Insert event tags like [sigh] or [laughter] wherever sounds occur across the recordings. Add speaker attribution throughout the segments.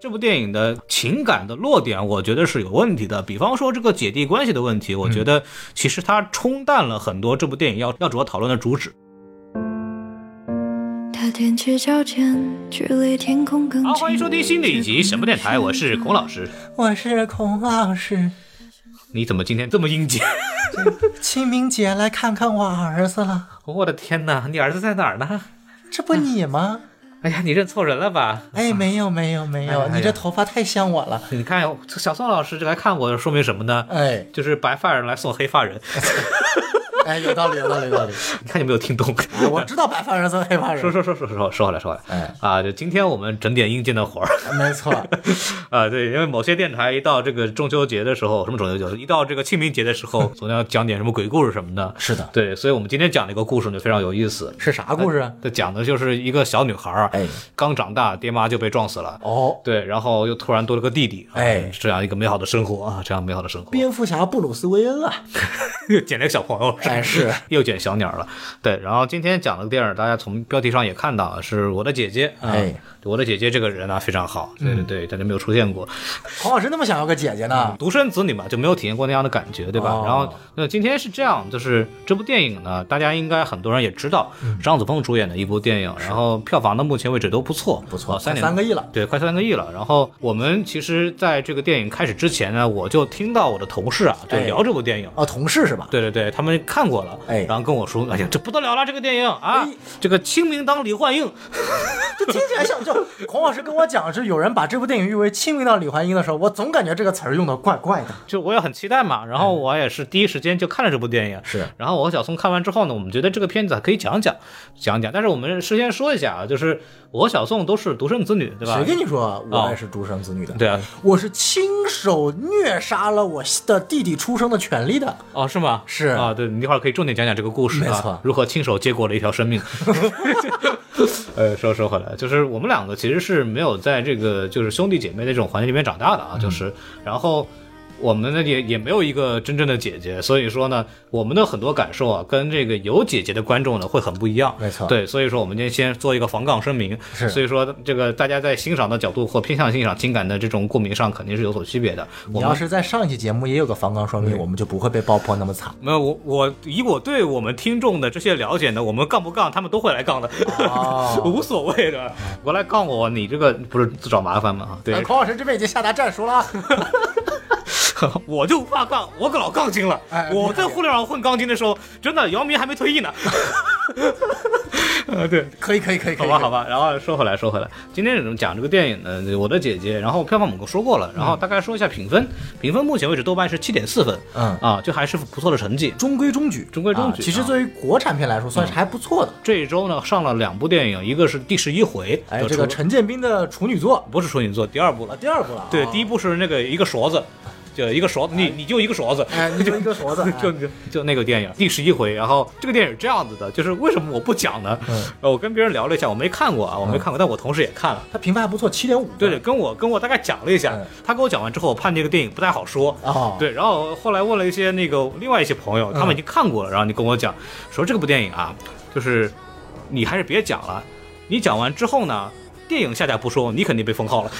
Speaker 1: 这部电影的情感的落点，我觉得是有问题的。比方说这个姐弟关系的问题，我觉得其实它冲淡了很多这部电影要要主要讨论的主旨。
Speaker 2: 他踮起脚尖，距离天空更近。
Speaker 1: 好，欢迎收听新的一集什么电台，我是孔老师。
Speaker 3: 我是孔老师。
Speaker 1: 你怎么今天这么应景？
Speaker 3: 清明节来看看我儿子了，
Speaker 1: [laughs] 我的天哪，你儿子在哪儿呢？
Speaker 3: 这不你吗？
Speaker 1: 哎呀，你认错人了吧？
Speaker 3: 哎，没有没有没
Speaker 1: 哎呀
Speaker 3: 有，
Speaker 1: 哎
Speaker 3: 你
Speaker 1: 呀
Speaker 3: 这头发太像我了。
Speaker 1: 你看这小宋老师这来看我，说明什么呢？
Speaker 3: 哎
Speaker 1: 就是白发人来送黑发人。 [laughs]
Speaker 3: 哎，有道理有道理有道理。
Speaker 1: 你看有没有听 [laughs] 懂？
Speaker 3: [laughs] 哎我知道白发人送黑发人。
Speaker 1: 说说说说说说回来说回来。
Speaker 3: 哎，
Speaker 1: 啊，就今天我们整点应届的活儿
Speaker 3: 没错，
Speaker 1: 啊，对，因为某些电台一到这个中秋节的时候，什么中秋节，一到这个清明节的时候，总要讲点什么鬼故事什么的。
Speaker 3: 是的。
Speaker 1: 对，所以我们今天讲了一个故事呢，非常有意思。
Speaker 3: 是啥故事啊？
Speaker 1: 这讲的就是一个小女孩儿
Speaker 3: 哎，
Speaker 1: 刚长大，爹妈就被撞死了。
Speaker 3: 哦，
Speaker 1: 对，然后又突然多了个弟弟，啊
Speaker 3: 哎
Speaker 1: 这样一个美好的生活啊，这样美好的生活，
Speaker 3: 蝙蝠侠布鲁斯韦恩啊。
Speaker 1: 又 [laughs] 捡了个小朋友，
Speaker 3: 哎，是
Speaker 1: 又捡小鸟了。对，然后今天讲的电影，大家从标题上也看到，是我的姐姐啊、
Speaker 3: 哎嗯
Speaker 1: 我的姐姐这个人啊非常好，对对对，大家没有出现过，
Speaker 3: 孔老师那么想要个姐姐呢。
Speaker 1: 独生子女嘛，就没有体验过那样的感觉，对吧？
Speaker 3: 哦
Speaker 1: 然后，那今天是这样，就是这部电影呢，大家应该很多人也知道，
Speaker 3: 嗯
Speaker 1: 张子枫主演的一部电影，然后票房到目前为止都不错，
Speaker 3: 不错
Speaker 1: 啊三
Speaker 3: 快
Speaker 1: 点
Speaker 3: 三个亿了
Speaker 1: 对，快三个亿了。然后我们其实在这个电影开始之前呢，我就听到我的同事啊，就
Speaker 3: 哎
Speaker 1: 聊这部电影。
Speaker 3: 哦，同事是吧？
Speaker 1: 对对对，他们看过了，
Speaker 3: 哎
Speaker 1: 然后跟我说，哎呀，这不得了了，这个电影啊，
Speaker 3: 哎
Speaker 1: 这个《清明当李焕英》，
Speaker 3: 这听起来像就孔老师跟我讲，是有人把这部电影誉为《清明到李焕英》的时候，我总感觉这个词儿用的怪怪的。
Speaker 1: 就我也很期待嘛，然后我也是第一时间就看了这部电影，
Speaker 3: 嗯是
Speaker 1: 然后我和小宋看完之后呢，我们觉得这个片子可以讲讲，讲讲。但是我们事先说一下啊，就是我和小宋都是独生子女，对吧？
Speaker 3: 谁跟你说我也是独生子女的？
Speaker 1: 对啊，
Speaker 3: 我是亲手虐杀了我的弟弟出生的权利的。
Speaker 1: 哦，是吗？
Speaker 3: 是
Speaker 1: 啊，对你一会儿可以重点讲讲这个故事啊，
Speaker 3: 没错
Speaker 1: 如何亲手结果了一条
Speaker 3: [laughs]
Speaker 1: 生命。 [laughs] 呃，说说回来，就是我们两个其实是没有在这个就是兄弟姐妹的这种环境里面长大的啊，就是、
Speaker 3: 嗯
Speaker 1: 然后。我们呢也也没有一个真正的姐姐，所以说呢，我们的很多感受啊，跟这个有姐姐的观众呢会很不一样。
Speaker 3: 没错
Speaker 1: 对，所以说我们今天先做一个防杠声明。
Speaker 3: 是
Speaker 1: 所以说这个大家在欣赏的角度或偏向欣赏情感的这种共鸣上，肯定是有所区别的。我
Speaker 3: 你
Speaker 1: 们
Speaker 3: 要是在上一期节目也有个防刚双密，我们就不会被爆破那么惨。
Speaker 1: 没有，我我以我对我们听众的这些了解呢，我们杠不杠，他们都会来杠的，[laughs]
Speaker 3: 哦，
Speaker 1: 无所谓的。我来杠我，你这个不是自找麻烦吗？哎对，
Speaker 3: 啊孔老师这边已经下达战术了啊。
Speaker 1: [laughs] 我就怕杠，我可老杠精了。
Speaker 3: 哎
Speaker 1: 我在互联网混杠精的时候，真的姚明还没退役 [laughs] 呢。呃，对，
Speaker 3: 可以可以可以，可
Speaker 1: [laughs] 好
Speaker 3: 以
Speaker 1: 吧，好。吧。然后说回来，说回来，今天讲这个电影呢，我的姐姐，然后票房我们说过了，然后大概说一下评分，评分目前为止豆瓣是七点四分，
Speaker 3: 嗯
Speaker 1: 啊，就还是不错的成绩。
Speaker 3: 中规中矩，
Speaker 1: 中规中矩嗯
Speaker 3: 啊其实
Speaker 1: 啊
Speaker 3: 对于国产片来说，算是还不错的。
Speaker 1: 这一周呢上了两部电影，一个是第十一回，
Speaker 3: 哎，
Speaker 1: 就
Speaker 3: 这个
Speaker 1: 出
Speaker 3: 陈建斌的处女作
Speaker 1: 不是处女座，第二部
Speaker 3: 啊，
Speaker 1: 了。
Speaker 3: 第二部了啊。
Speaker 1: 对，第一部是那个一个勺子，就一个勺子，你你就一个勺子。
Speaker 3: 哎，你就一个矬子，
Speaker 1: [laughs] 就
Speaker 3: 哎
Speaker 1: 就就那个电影第十一回，然后这个电影是这样子的，就是为什么我不讲呢？
Speaker 3: 嗯
Speaker 1: 呃我跟别人聊了一下，我没看过啊，我没看过，但我同事也看了，
Speaker 3: 他评分还不错，七点五。
Speaker 1: 对对，跟我跟我大概讲了一下
Speaker 3: 嗯，
Speaker 1: 他跟我讲完之后，我怕这个电影不太好说，
Speaker 3: 哦，
Speaker 1: 对，然后后来问了一些那个另外一些朋
Speaker 3: 嗯
Speaker 1: 友，他们已经看过了，然后你跟我讲说这个部电影啊，就是你还是别讲了，你讲完之后呢，电影下架不说，你肯定被封号了。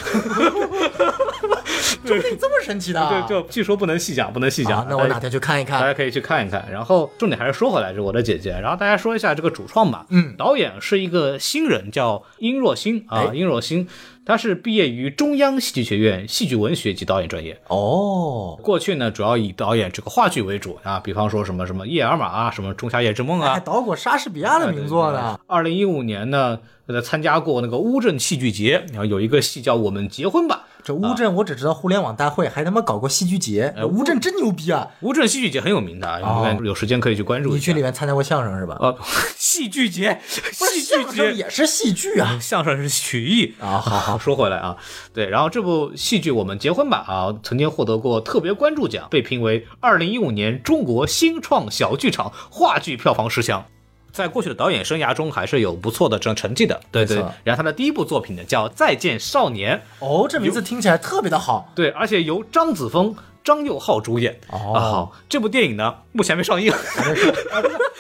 Speaker 1: 对
Speaker 3: 对，这么神奇的
Speaker 1: [laughs]
Speaker 3: 啊。
Speaker 1: 对，就据说不能细讲，不能细讲。哎
Speaker 3: 啊，那我
Speaker 1: 大
Speaker 3: 哪
Speaker 1: 家
Speaker 3: 天去看一
Speaker 1: 大
Speaker 3: 看
Speaker 1: 家？可以去看一看。然后重点还是说回来，是我的姐姐。然后大家说一下这个主创吧。
Speaker 3: 嗯
Speaker 1: 导演是一个新人，叫殷若欣啊，
Speaker 3: 哎
Speaker 1: 殷若欣，她是毕业于中央戏剧学院戏剧文学及导演专业。
Speaker 3: 哦，
Speaker 1: 过去呢，主要以导演这个话剧为主啊，比方说什么什么《叶尔玛》啊，什么《仲夏夜之梦》
Speaker 3: 还
Speaker 1: 啊。
Speaker 3: [laughs] 导过莎士比亚的名作呢。
Speaker 1: 二零一五年呢，呃，参加过那个乌镇戏剧节，然后有一个戏叫《我们结婚吧》。
Speaker 3: 这乌镇我只知道互联网大会，还他妈搞过戏剧节。
Speaker 1: 哎
Speaker 3: 乌镇真牛逼啊！
Speaker 1: 乌镇戏剧节很有名的，啊，
Speaker 3: 哦
Speaker 1: 有有时间可以去关注
Speaker 3: 你
Speaker 1: 一下。
Speaker 3: 去里面参加过相声是吧？
Speaker 1: 呃， [laughs] 戏剧节，
Speaker 3: 不是
Speaker 1: 戏剧
Speaker 3: 相声
Speaker 1: 节，嗯
Speaker 3: 也是戏剧
Speaker 1: [laughs]
Speaker 3: 啊！
Speaker 1: 相声是曲艺。
Speaker 3: 啊，好好，
Speaker 1: 好，说回来啊，对，然后这部戏剧《我们结婚吧》啊，曾经获得过特别关注奖，被评为二零一五年中国新创小剧场话剧票房十强。在过去的导演生涯中，还是有不错的这样成绩的。对对
Speaker 3: 没错，
Speaker 1: 然后他的第一部作品呢叫《再见少年》， [laughs]
Speaker 3: 哦，这名字听起来特别的好。
Speaker 1: 对，而且由张子枫、张佑浩主演。
Speaker 3: 哦
Speaker 1: 啊，好，这部电影呢目前没上映。 [laughs]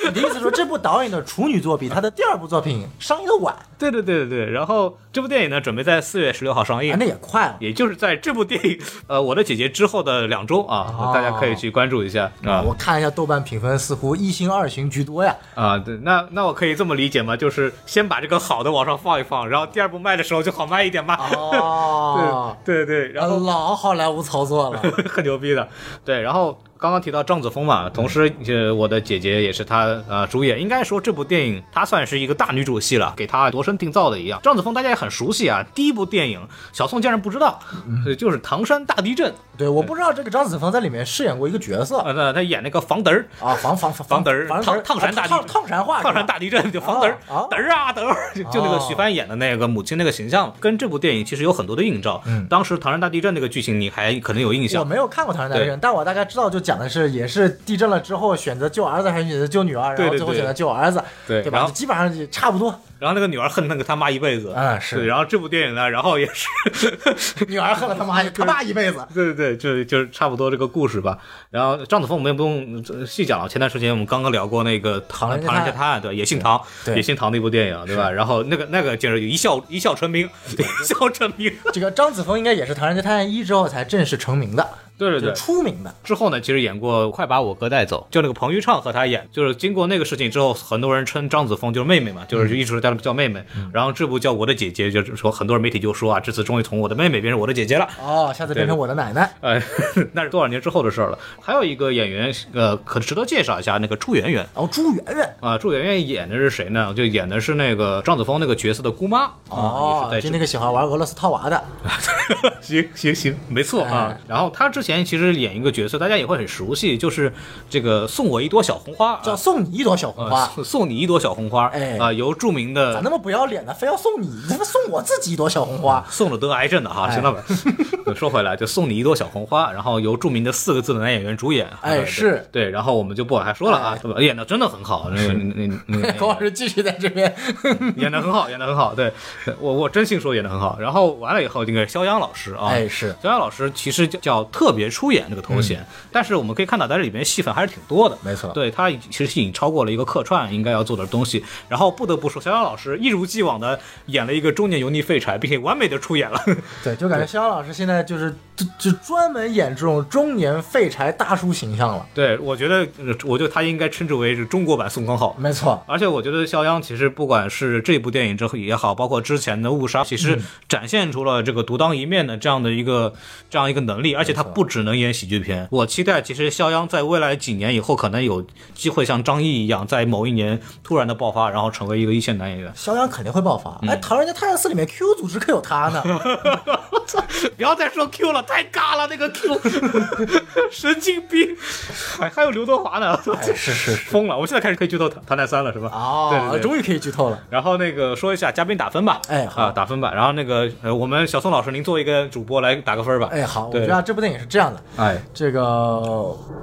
Speaker 3: 你的意思说，这部导演的处女作比他的第二部作品上映的晚，
Speaker 1: 对对对对对。然后这部电影呢准备在四月十六号上映
Speaker 3: 啊，那。也快了。
Speaker 1: 也就是在这部电影， [laughs] 呃，我的姐姐之后的两周啊，
Speaker 3: 哦
Speaker 1: 大家可以去关注一下啊
Speaker 3: 我看了一下豆瓣评分，似乎一星、二星居多呀。
Speaker 1: 啊，对，那那我可以这么理解吗？就是先把这个好的往上放一放，然后第二部卖的时候就好卖一点吧。
Speaker 3: 哦，
Speaker 1: [laughs] 对对对，然后
Speaker 3: 老好莱坞操
Speaker 1: [laughs]
Speaker 3: 作了。
Speaker 1: 很牛逼的。对，然后刚刚提到张子枫嘛，同时呃，我的姐姐也是她呃主演，应该说这部电影她算是一个大女主戏了，给她量身定造的一样。张子枫大家也很熟悉啊，第一部电影小宋竟然不知道，
Speaker 3: 嗯
Speaker 1: 呃就是唐山大地震
Speaker 3: 对，我不知道这个张子枫在里面饰演过一个角色
Speaker 1: 啊，那她演那个房嘚儿。
Speaker 3: 啊，防防
Speaker 1: 房
Speaker 3: 防
Speaker 1: 嘚儿，
Speaker 3: 防
Speaker 1: 烫烫山大地
Speaker 3: 啊烫烫山话，
Speaker 1: 烫山大地震就房嘚儿
Speaker 3: 啊啊，
Speaker 1: 嘚儿啊嘚儿，就就那个
Speaker 3: 哦
Speaker 1: 许帆演的那个母亲那个形象，跟这部电影其实有很多的映照。当时唐山大地震那个剧情你还可能有印
Speaker 3: 嗯我
Speaker 1: 象，
Speaker 3: 没有看过《唐山大地震》，但我大概知道，就讲的是也是地震了之后选择救儿子还是选择救女儿，
Speaker 1: 对
Speaker 3: 然
Speaker 1: 对
Speaker 3: 后最后
Speaker 1: 对
Speaker 3: 选择救儿子，
Speaker 1: 对
Speaker 3: 对
Speaker 1: 然
Speaker 3: 吧？
Speaker 1: 后
Speaker 3: 基本上也差不多。
Speaker 1: 然后那个女儿恨那个他妈一辈子，
Speaker 3: 啊是
Speaker 1: 对然后这部电影呢，然后也
Speaker 3: [laughs]
Speaker 1: 是，
Speaker 3: 女儿恨了他妈
Speaker 1: [laughs]
Speaker 3: 他爸一辈子。
Speaker 1: 对对对，就就是差不多这个故事吧。然后张子枫我们也不用呃细讲了，前段时间我们刚刚聊过那个《唐
Speaker 3: 唐人街
Speaker 1: 唐人街
Speaker 3: 探
Speaker 1: 探案》，对，也姓唐，
Speaker 3: 对
Speaker 1: 也姓唐的一部电影，对吧？然后那个那个简直一笑一笑成名， [laughs] 一笑成名。
Speaker 3: 这个张子枫应该也是《唐人街探案一》之后才正式成名的，
Speaker 1: 对对
Speaker 3: 就
Speaker 1: 对，
Speaker 3: 出名的。
Speaker 1: 之后呢，其实演过《快把我哥带走》，就那个彭昱畅和他演，就是经过那个事情之后，很多人称张子枫就是妹妹
Speaker 3: 嗯
Speaker 1: 嘛，就是一直叫叫妹妹。然后这部叫我的姐姐，就是说很多媒体就说啊，这次终于从我的妹妹变成我的姐姐了。
Speaker 3: 哦，下次变成我的奶奶。
Speaker 1: 呃， [laughs] 那是多少年之后的事儿了。还有一个演员，呃，可值得介绍一下，那个祝媛媛。
Speaker 3: 然后朱媛媛，
Speaker 1: 啊，祝媛媛演的是谁呢？就演的是那个张子枫那个角色的姑妈啊，
Speaker 3: 哦，
Speaker 1: 也是在啊
Speaker 3: 就
Speaker 1: 这
Speaker 3: 那个喜欢玩俄罗斯套娃的，
Speaker 1: [laughs] 行行行，没错啊
Speaker 3: 哎。
Speaker 1: 然后他之前其实演一个角色，大家也会很熟悉，就是这个送我一朵小红花，啊
Speaker 3: 叫送你一朵小红花
Speaker 1: 呃。送送你一朵小红花，
Speaker 3: 哎
Speaker 1: 啊，由著名
Speaker 3: 咋
Speaker 1: 的
Speaker 3: 那么不要脸呢？非要送你，他妈送我自己一朵小红
Speaker 1: [laughs]
Speaker 3: 花。
Speaker 1: 送了得癌症的哈，
Speaker 3: 哎
Speaker 1: 行了吧？ [laughs] 说回来，就送你一朵小红花，然后由著名的四个字的男演员主演，
Speaker 3: 哎
Speaker 1: 对
Speaker 3: 是哎
Speaker 1: 对，然后我们就不往下说了啊，对吧演的真的很好，那个那那
Speaker 3: [laughs]
Speaker 1: 那个演
Speaker 3: 孔老
Speaker 1: 员
Speaker 3: 师继续在这边，
Speaker 1: 演的很好，演的很好，对我我真心说演的很好。然后完了以后，那个肖央老师啊，
Speaker 3: 哎是嗯
Speaker 1: 肖央老师其实叫特别出演这个头衔，但是我们可以看到在这里面戏份还是挺多的，
Speaker 3: 没错
Speaker 1: 对他其实已经超过了一个客串应该要做的东西。然后不得不说，肖央老师一如既往的演了一个中年油腻废柴，并且完美的出演了。 [laughs]
Speaker 3: 对，就感觉肖央老师现在就是就就专门演这种中年废柴大叔形象了。
Speaker 1: 对我觉得，呃我觉得他应该称之为是中国版宋康昊。
Speaker 3: 没错，
Speaker 1: 而且我觉得肖央其实不管是这部电影之后也好，包括之前的《误杀》，
Speaker 3: 嗯
Speaker 1: 其实展现出了这个独当一面的这样的一个这样一个能力。而且他不只能演喜剧片，我期待其实肖央在未来几年以后，可能有机会像张译一样，在某一年突然的爆发，然后成为一个一线男演
Speaker 3: [laughs]
Speaker 1: 员。
Speaker 3: 肖央肯定会爆发。
Speaker 1: 嗯
Speaker 3: 哎，《唐人街探案四》里面 Q 组织可有
Speaker 1: [laughs]
Speaker 3: 他呢，
Speaker 1: 不要再说 Q 了，太尬了，那个 Q，神经病！哎，还有刘德华呢，
Speaker 3: 哎是是是。
Speaker 1: 疯了！我现在开始可以剧透《唐唐探三》了，是吧？
Speaker 3: 哦，
Speaker 1: 对对对
Speaker 3: 终于可以剧透了。
Speaker 1: 然后那个说一下嘉宾打分吧，
Speaker 3: 哎好
Speaker 1: 啊打分吧。然后那个呃，我们小宋老师，您作为一个主播来打个分吧。
Speaker 3: 哎，好，我
Speaker 1: 对
Speaker 3: 觉得这部电影是这样的。
Speaker 1: 哎，
Speaker 3: 这个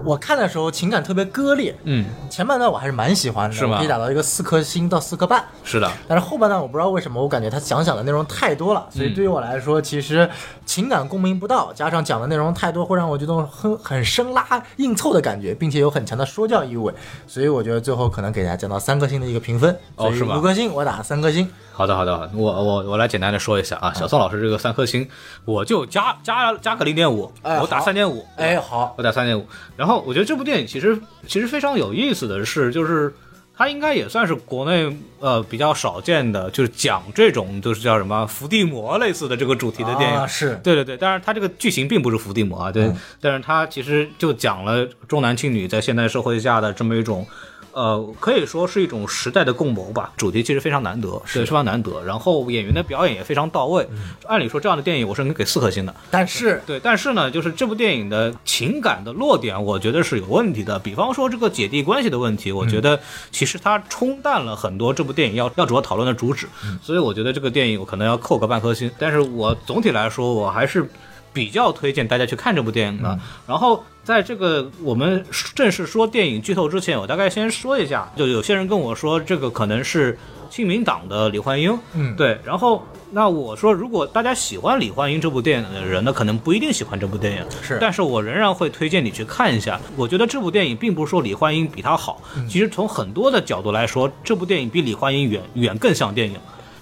Speaker 3: 我看的时候情感特别割裂，
Speaker 1: 嗯，
Speaker 3: 前半段我还是蛮喜欢的，
Speaker 1: 是吗
Speaker 3: 我可以打到一个四颗星到四颗半。
Speaker 1: 是的，
Speaker 3: 但是后半段我不知道为什么，我感觉他想讲的内容太多了，所以对于我来说，其实情感共鸣不到，加上讲的内容太多，会让我觉得很很生拉硬凑的感觉，并且有很强的说教意味，所以我觉得最后可能给大家降到三颗星的一个评分。
Speaker 1: 哦
Speaker 3: 所以
Speaker 1: 是吗
Speaker 3: 五颗星我打三颗星。
Speaker 1: 好的好的，好的我我我来简单的说一下啊，小宋老师这个三颗星，我就加加加个零点五，
Speaker 3: 哎
Speaker 1: 我打
Speaker 3: 好
Speaker 1: 三点五，[laughs]
Speaker 3: 哎，好，
Speaker 1: 我打三点五。然后我觉得这部电影其实其实非常有意思的是，就是它应该也算是国内呃比较少见的，就是讲这种就是叫什么伏地魔类似的这个主题的电影。
Speaker 3: 啊、是
Speaker 1: 对对对，当然它这个剧情并不是伏地魔啊，对，但是它其实就讲了重男轻女在现代社会下的这么一种。呃，可以说是一种时代的共谋吧，主题其实非常难得，对，非常难得。然后演员的表演也非常到位，按理说这样的电影我是应该给四颗星的，
Speaker 3: 但是
Speaker 1: 对，但是呢，就是这部电影的情感的落点，我觉得是有问题的。比方说这个姐弟关系的问题，我觉得其实它冲淡了很多这部电影要要主要讨论的主旨。所以我觉得这个电影我可能要扣个半颗星。但是我总体来说，我还是比较推荐大家去看这部电
Speaker 3: 嗯
Speaker 1: 影的。然后在这个我们正式说电影剧透之前，我大概先说一下，就有些人跟我说这个可能是亲民党的李焕英，
Speaker 3: 嗯
Speaker 1: 对。然后那我说，如果大家喜欢李焕英这部电影的人呢，可能不一定喜欢这部电影，
Speaker 3: 是
Speaker 1: 但是我仍然会推荐你去看一下。我觉得这部电影并不是说李焕英比他好，其实从很多的角度来说，这部电影比李焕英远远更像电影，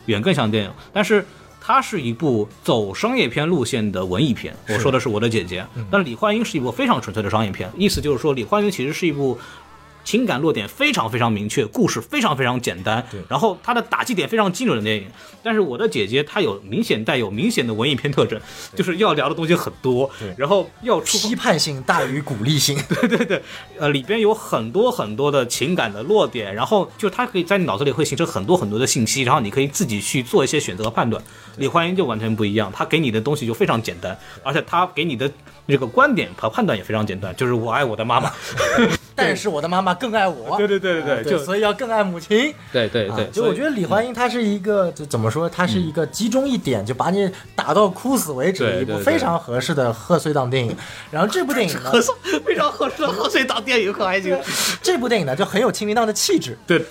Speaker 1: 远更像电影。但是它是一部走商业片路线的文艺片。我说的是《我的姐姐》但李焕英是一部非常纯粹的商业片。意思就是说，李焕英其实是一部。情感落点非常非常明确，故事非常非常简单，然后它的打击点非常精准的电影。但是我的姐姐她有明显带有明显的文艺片特征，就是要聊的东西很多，然后要触碰
Speaker 3: 批判性大于鼓
Speaker 1: [laughs]
Speaker 3: 励性， [laughs]
Speaker 1: 呃，里边有很多很多的情感的落点，然后就它可以在你脑子里会形成很多很多的信息，然后你可以自己去做一些选择和判断。李焕英就完全不一样，他给你的东西就非常简单，而且他给你的这个观点和判断也非常简单，就是我爱我的妈妈。
Speaker 3: 但是我的妈妈更爱我，
Speaker 1: 对对对对
Speaker 3: 啊
Speaker 1: 对就
Speaker 3: 所以要更爱母亲。
Speaker 1: 对对对，嗯
Speaker 3: 啊就我觉得李焕英她是一个，就怎么说，她是一个集中一点，就把你打到哭死为止的
Speaker 1: 对
Speaker 3: 一部
Speaker 1: 对
Speaker 3: 非常合适的贺岁档电影。然后这部电影呢
Speaker 1: 合，适 [laughs] 非常合适的贺岁档电影和爱情。
Speaker 3: 这部电影呢就很有清明档的气质，
Speaker 1: 对，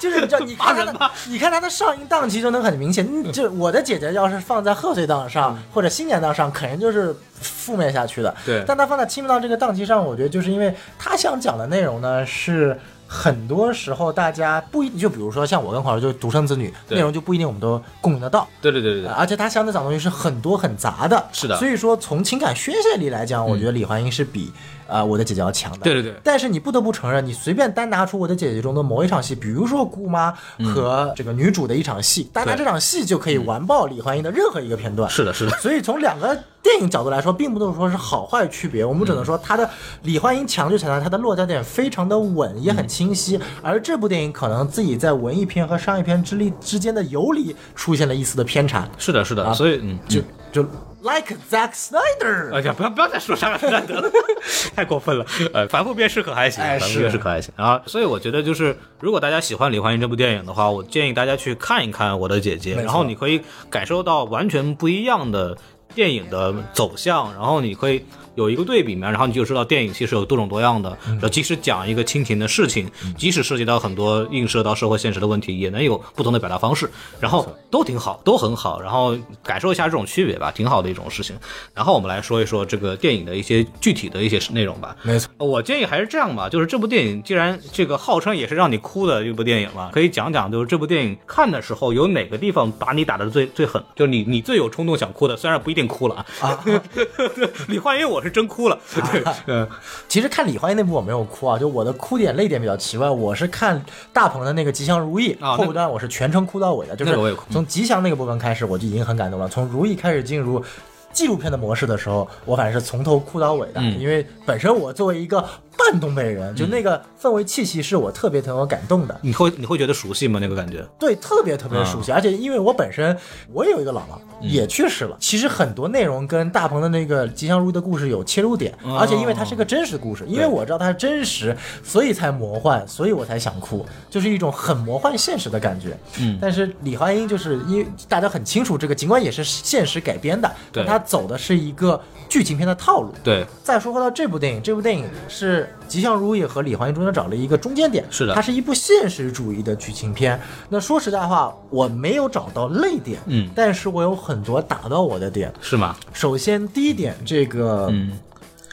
Speaker 3: 就是你知道，你看它
Speaker 1: 人
Speaker 3: 的
Speaker 1: 吧，
Speaker 3: 你看它的上映档期就能很明显。嗯就我的姐姐要是放在贺岁档
Speaker 1: 嗯
Speaker 3: 上或者新年档上，肯定就是负面下去的。
Speaker 1: 对
Speaker 3: 但它放在清明档这个档期上，我觉得就是因为它想讲的内容呢是。很多时候，大家不一就比如说像我跟黄老师就是独生子女，
Speaker 1: 对
Speaker 3: 内容就不一定我们都共鸣得到。
Speaker 1: 对对对对
Speaker 3: 呃而且他相对讲的东西是很多很杂的，
Speaker 1: 是的嗯
Speaker 3: 所以说从情感宣泄力来讲，我觉得李焕英是比呃我的姐姐要强的。
Speaker 1: 对对对
Speaker 3: 但是你不得不承认，你随便单拿出我的姐姐中的某一场戏，比如说姑妈
Speaker 1: 嗯
Speaker 3: 和这个女主的一场戏，单拿这场戏就可以完爆李焕英的任何一个片段。
Speaker 1: 是的，是的，
Speaker 3: 所以从两个电影角度来说，并不能说是好坏区别，我们
Speaker 1: 嗯
Speaker 3: 只能说它的李焕英强就强在它的落脚点非常的稳，也很
Speaker 1: 嗯
Speaker 3: 清晰。而这部电影可能自己在文艺片和商业片之力之间的游离出现了一丝的偏差，
Speaker 1: 是的，是的，所以嗯，
Speaker 3: 就就 like Zack Snyder，
Speaker 1: 哎呀，不要不要再说沙拉难德了， [laughs] 太过分了。呃，反复辨识可还行，
Speaker 3: 哎
Speaker 1: 反复辨
Speaker 3: 是
Speaker 1: 识可还行啊。所以我觉得就是，如果大家喜欢李焕英这部电影的话，我建议大家去看一看《我的姐姐》，
Speaker 3: 没错
Speaker 1: 然后你可以感受到完全不一样的电影的走向，然后你可以。有一个对比嘛，然后你就知道电影其实有多种多样的。
Speaker 3: 嗯
Speaker 1: 然后即使讲一个亲情的事情，即使涉及到很多映射到社会现实的问题，也能有不同的表达方式。然后都挺好，都很好。然后感受一下这种区别吧，挺好的一种事情。然后我们来说一说这个电影的一些具体的一些内容吧。
Speaker 3: 没错，
Speaker 1: 我建议还是这样吧，就是这部电影既然这个号称也是让你哭的一部电影嘛，可以讲讲就是这部电影看的时候有哪个地方把你打的最最狠，就是你你最有冲动想哭的，虽然不一定哭了啊。 [laughs] 李焕英我是真哭了，
Speaker 3: 啊
Speaker 1: 对，嗯，
Speaker 3: 其实看李焕英那部我没有哭啊，就我的哭点泪点比较奇怪。我是看大鹏的那个《吉祥如意》
Speaker 1: 啊那
Speaker 3: 后段，我是全程哭到尾的，就
Speaker 1: 那
Speaker 3: 是
Speaker 1: 个我也哭
Speaker 3: 从吉祥那个部分开始，我就已经很感动了。从如意开始进入纪录片的模式的时候，我反正是从头哭到尾的，
Speaker 1: 嗯
Speaker 3: 因为本身我作为一个半东北人，就那个氛围气息是我特别特别感动的。
Speaker 1: 你会你会觉得熟悉吗？那个感觉？
Speaker 3: 对，特别特别熟
Speaker 1: 嗯
Speaker 3: 悉，而且因为我本身我也有一个姥姥，也去世了。其实很多内容跟大鹏的那个《吉祥如意》的故事有切入点，
Speaker 1: 哦
Speaker 3: 而且因为它是个真实故事，因为我知道它是真实，所以才魔幻，所以我才想哭，就是一种很魔幻现实的感觉。
Speaker 1: 嗯
Speaker 3: 但是李焕英就是因为大家很清楚这个，尽管也是现实改编的，
Speaker 1: 对
Speaker 3: 但它走的是一个剧情片的套路。
Speaker 1: 对，
Speaker 3: 再说回到这部电影，这部电影是《吉祥如意》和《李焕英》中间找了一个中间点，
Speaker 1: 是的
Speaker 3: 它是一部现实主义的剧情片。那说实在话，我没有找到泪点，
Speaker 1: 嗯
Speaker 3: 但是我有很多打到我的点。
Speaker 1: 是吗？
Speaker 3: 首先，第一点，这个，
Speaker 1: 嗯，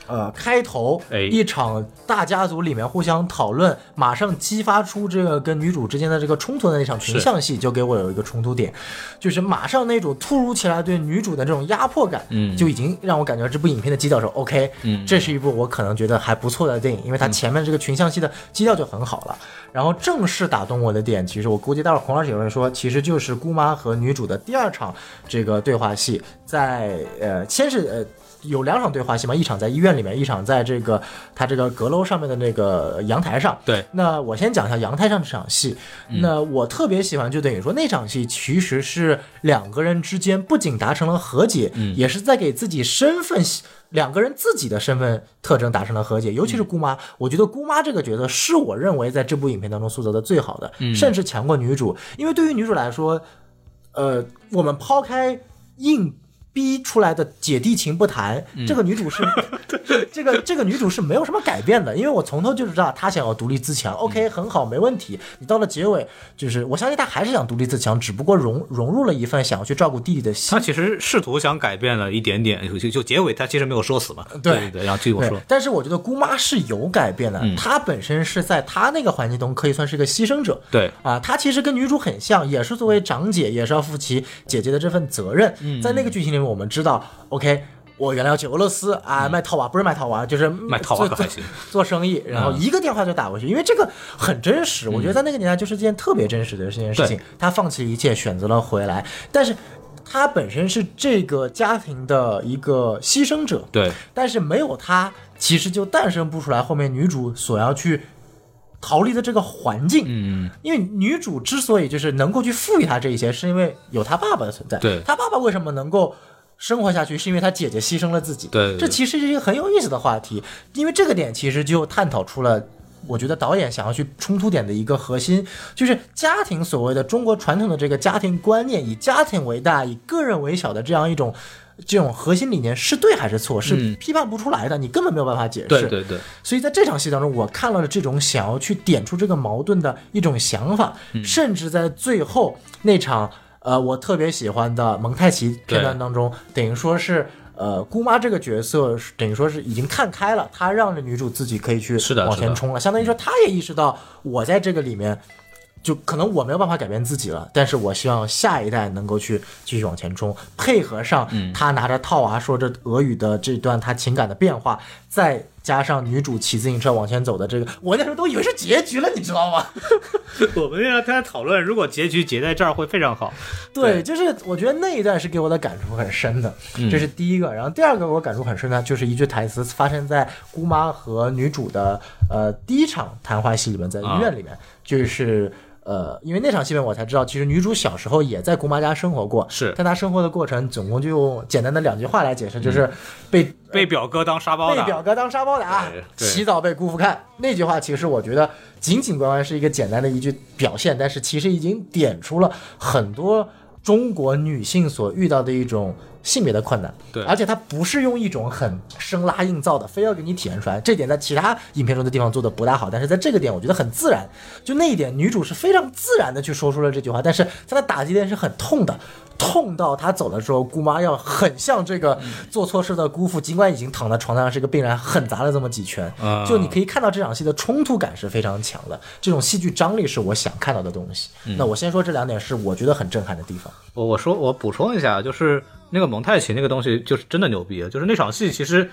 Speaker 3: 呃，开头
Speaker 1: 哎
Speaker 3: 一场大家族里面互相讨论，马上激发出这个跟女主之间的这个冲突的那场群像戏，就给我有一个冲突点，就是马上那种突如其来对女主的这种压迫感，
Speaker 1: 嗯
Speaker 3: 就已经让我感觉这部影片的基调是 OK，
Speaker 1: 嗯
Speaker 3: 这是一部我可能觉得还不错的电影，因为它前面这个群像戏的基调就很好了。然后正式打动我的点，其实我估计待会儿孔老师也会说，其实就是姑妈和女主的第二场这个对话戏，在呃先是呃。有两场对话戏嘛，一场在医院里面，一场在这个他这个阁楼上面的那个阳台上。
Speaker 1: 对
Speaker 3: 那我先讲一下阳台上这场戏。那我特别喜欢，就等于说那场戏其实是两个人之间不仅达成了和解，也是在给自己身份。两个人自己的身份特征达成了和解，尤其是姑妈，我觉得姑妈这个角色是我认为在这部影片当中塑造的最好的，甚至强过女主。因为对于女主来说，呃，我们抛开硬逼出来的姐弟情不谈，这个女主是这个这个女主是没有什么改变的，因为我从头就知道她想要独立自强。OK，很好，没问题。你到了结尾，就是我相信她还是想独立自强，只不过融融入了一份想要去照顾弟弟的心
Speaker 1: 他。其实试图想改变了一点点，就就就结尾他其实没有说死嘛，对对对，然后据我
Speaker 3: 对
Speaker 1: 说，，嗯
Speaker 3: 但是我觉得姑妈是有改变的，她本身是在她那个环境中可以算是个牺牲者。
Speaker 1: 对
Speaker 3: 啊，她其实跟女主很像，也是作为长姐，也是要负起姐姐的这份责任。
Speaker 1: 嗯
Speaker 3: 在那个剧情里面，我们知道，OK，我原来要去俄罗斯啊，卖套娃不是卖套娃，就是
Speaker 1: 嗯卖套娃可还行
Speaker 3: [laughs]
Speaker 1: 嗯
Speaker 3: 做生意，然后一个电话就打过去，因为这个很真实，我觉得在那个年代就是件特别真实的这件事情
Speaker 1: 对。
Speaker 3: 他放弃一切，选择了回来，但是他本身是这个家庭的一个牺牲者，
Speaker 1: 对，
Speaker 3: 但是没有他，其实就诞生不出来后面女主所要去逃离的这个环境。嗯，因为女主之所以就是能够去赋予她这一些，是因为有她爸爸的存在。
Speaker 1: 对
Speaker 3: 她爸爸为什么能够？生活下去是因为她姐姐牺牲了自己，
Speaker 1: 对对对
Speaker 3: 这其实是一个很有意思的话题，因为这个点其实就探讨出了，我觉得导演想要去冲突点的一个核心，就是家庭所谓的中国传统的这个家庭观念，以家庭为大，以个人为小的这样一种。这种核心理念是对还是错，是批判不出来的，你根本没有办法解释。
Speaker 1: 嗯对对对，
Speaker 3: 所以在这场戏当中，我看到了这种想要去点出这个矛盾的一种想法，甚至在最后那场呃我特别喜欢的蒙太奇片段当中，等于说是。呃，姑妈这个角色是等于说是已经看开了，她让这女主自己可以去
Speaker 1: 是的
Speaker 3: 往
Speaker 1: 是
Speaker 3: 前
Speaker 1: 的嗯
Speaker 3: 冲了，相当于说她也意识到我在这个里面，就可能我没有办法改变自己了，但是我希望下一代能够去继续往前冲，配合上
Speaker 1: 嗯
Speaker 3: 他拿着套娃说着俄语的这段他情感的变化，再加上女主骑自行车往前走的这个，我那时候都以为是结局了，你知道吗？
Speaker 1: [laughs] 我们要跟他讨论，如果结局结在这儿会非常好。
Speaker 3: 对，就是我觉得那一段是给我的感触很深的，
Speaker 1: 嗯
Speaker 3: 这是第一个。然后第二个给我感触很深的，就是一句台词发生在姑妈和女主的呃第一场谈话戏里面，在
Speaker 1: 啊
Speaker 3: 医院里面，就是。呃，因为那场戏面我才知道，其实女主小时候也在姑妈家生活过，
Speaker 1: 是
Speaker 3: 但她生活的过程，总共就用简单的两句话来解释，就是被
Speaker 1: 被表哥当沙嗯包
Speaker 3: 呃被表
Speaker 1: 的，
Speaker 3: 哥当沙包打
Speaker 1: 对，对
Speaker 3: 洗澡被姑父看。那句话其实我觉得仅仅关关是一个简单的一句表现，但是其实已经点出了很多中国女性所遇到的一种性别的困难。
Speaker 1: 对
Speaker 3: 而且它不是用一种很生拉硬造的，非要给你体现出来。这点在其他影片中的地方做的不大好，但是在这个点我觉得很自然。就那一点，女主是非常自然的去说出了这句话，但是她的打击点是很痛的。痛到她走的时候，姑妈要很像这个做错事的姑父，尽管已经躺在床上是个病人，狠砸了这么几拳。
Speaker 1: 啊
Speaker 3: 就你可以看到这场戏的冲突感是非常强的，这种戏剧张力是我想看到的东西。
Speaker 1: 嗯
Speaker 3: 那我先说这两点是我觉得很震撼的地方。
Speaker 1: 我我说我补充一下，就是那个蒙太奇那个东西，就是真的牛逼，就是那场戏其实。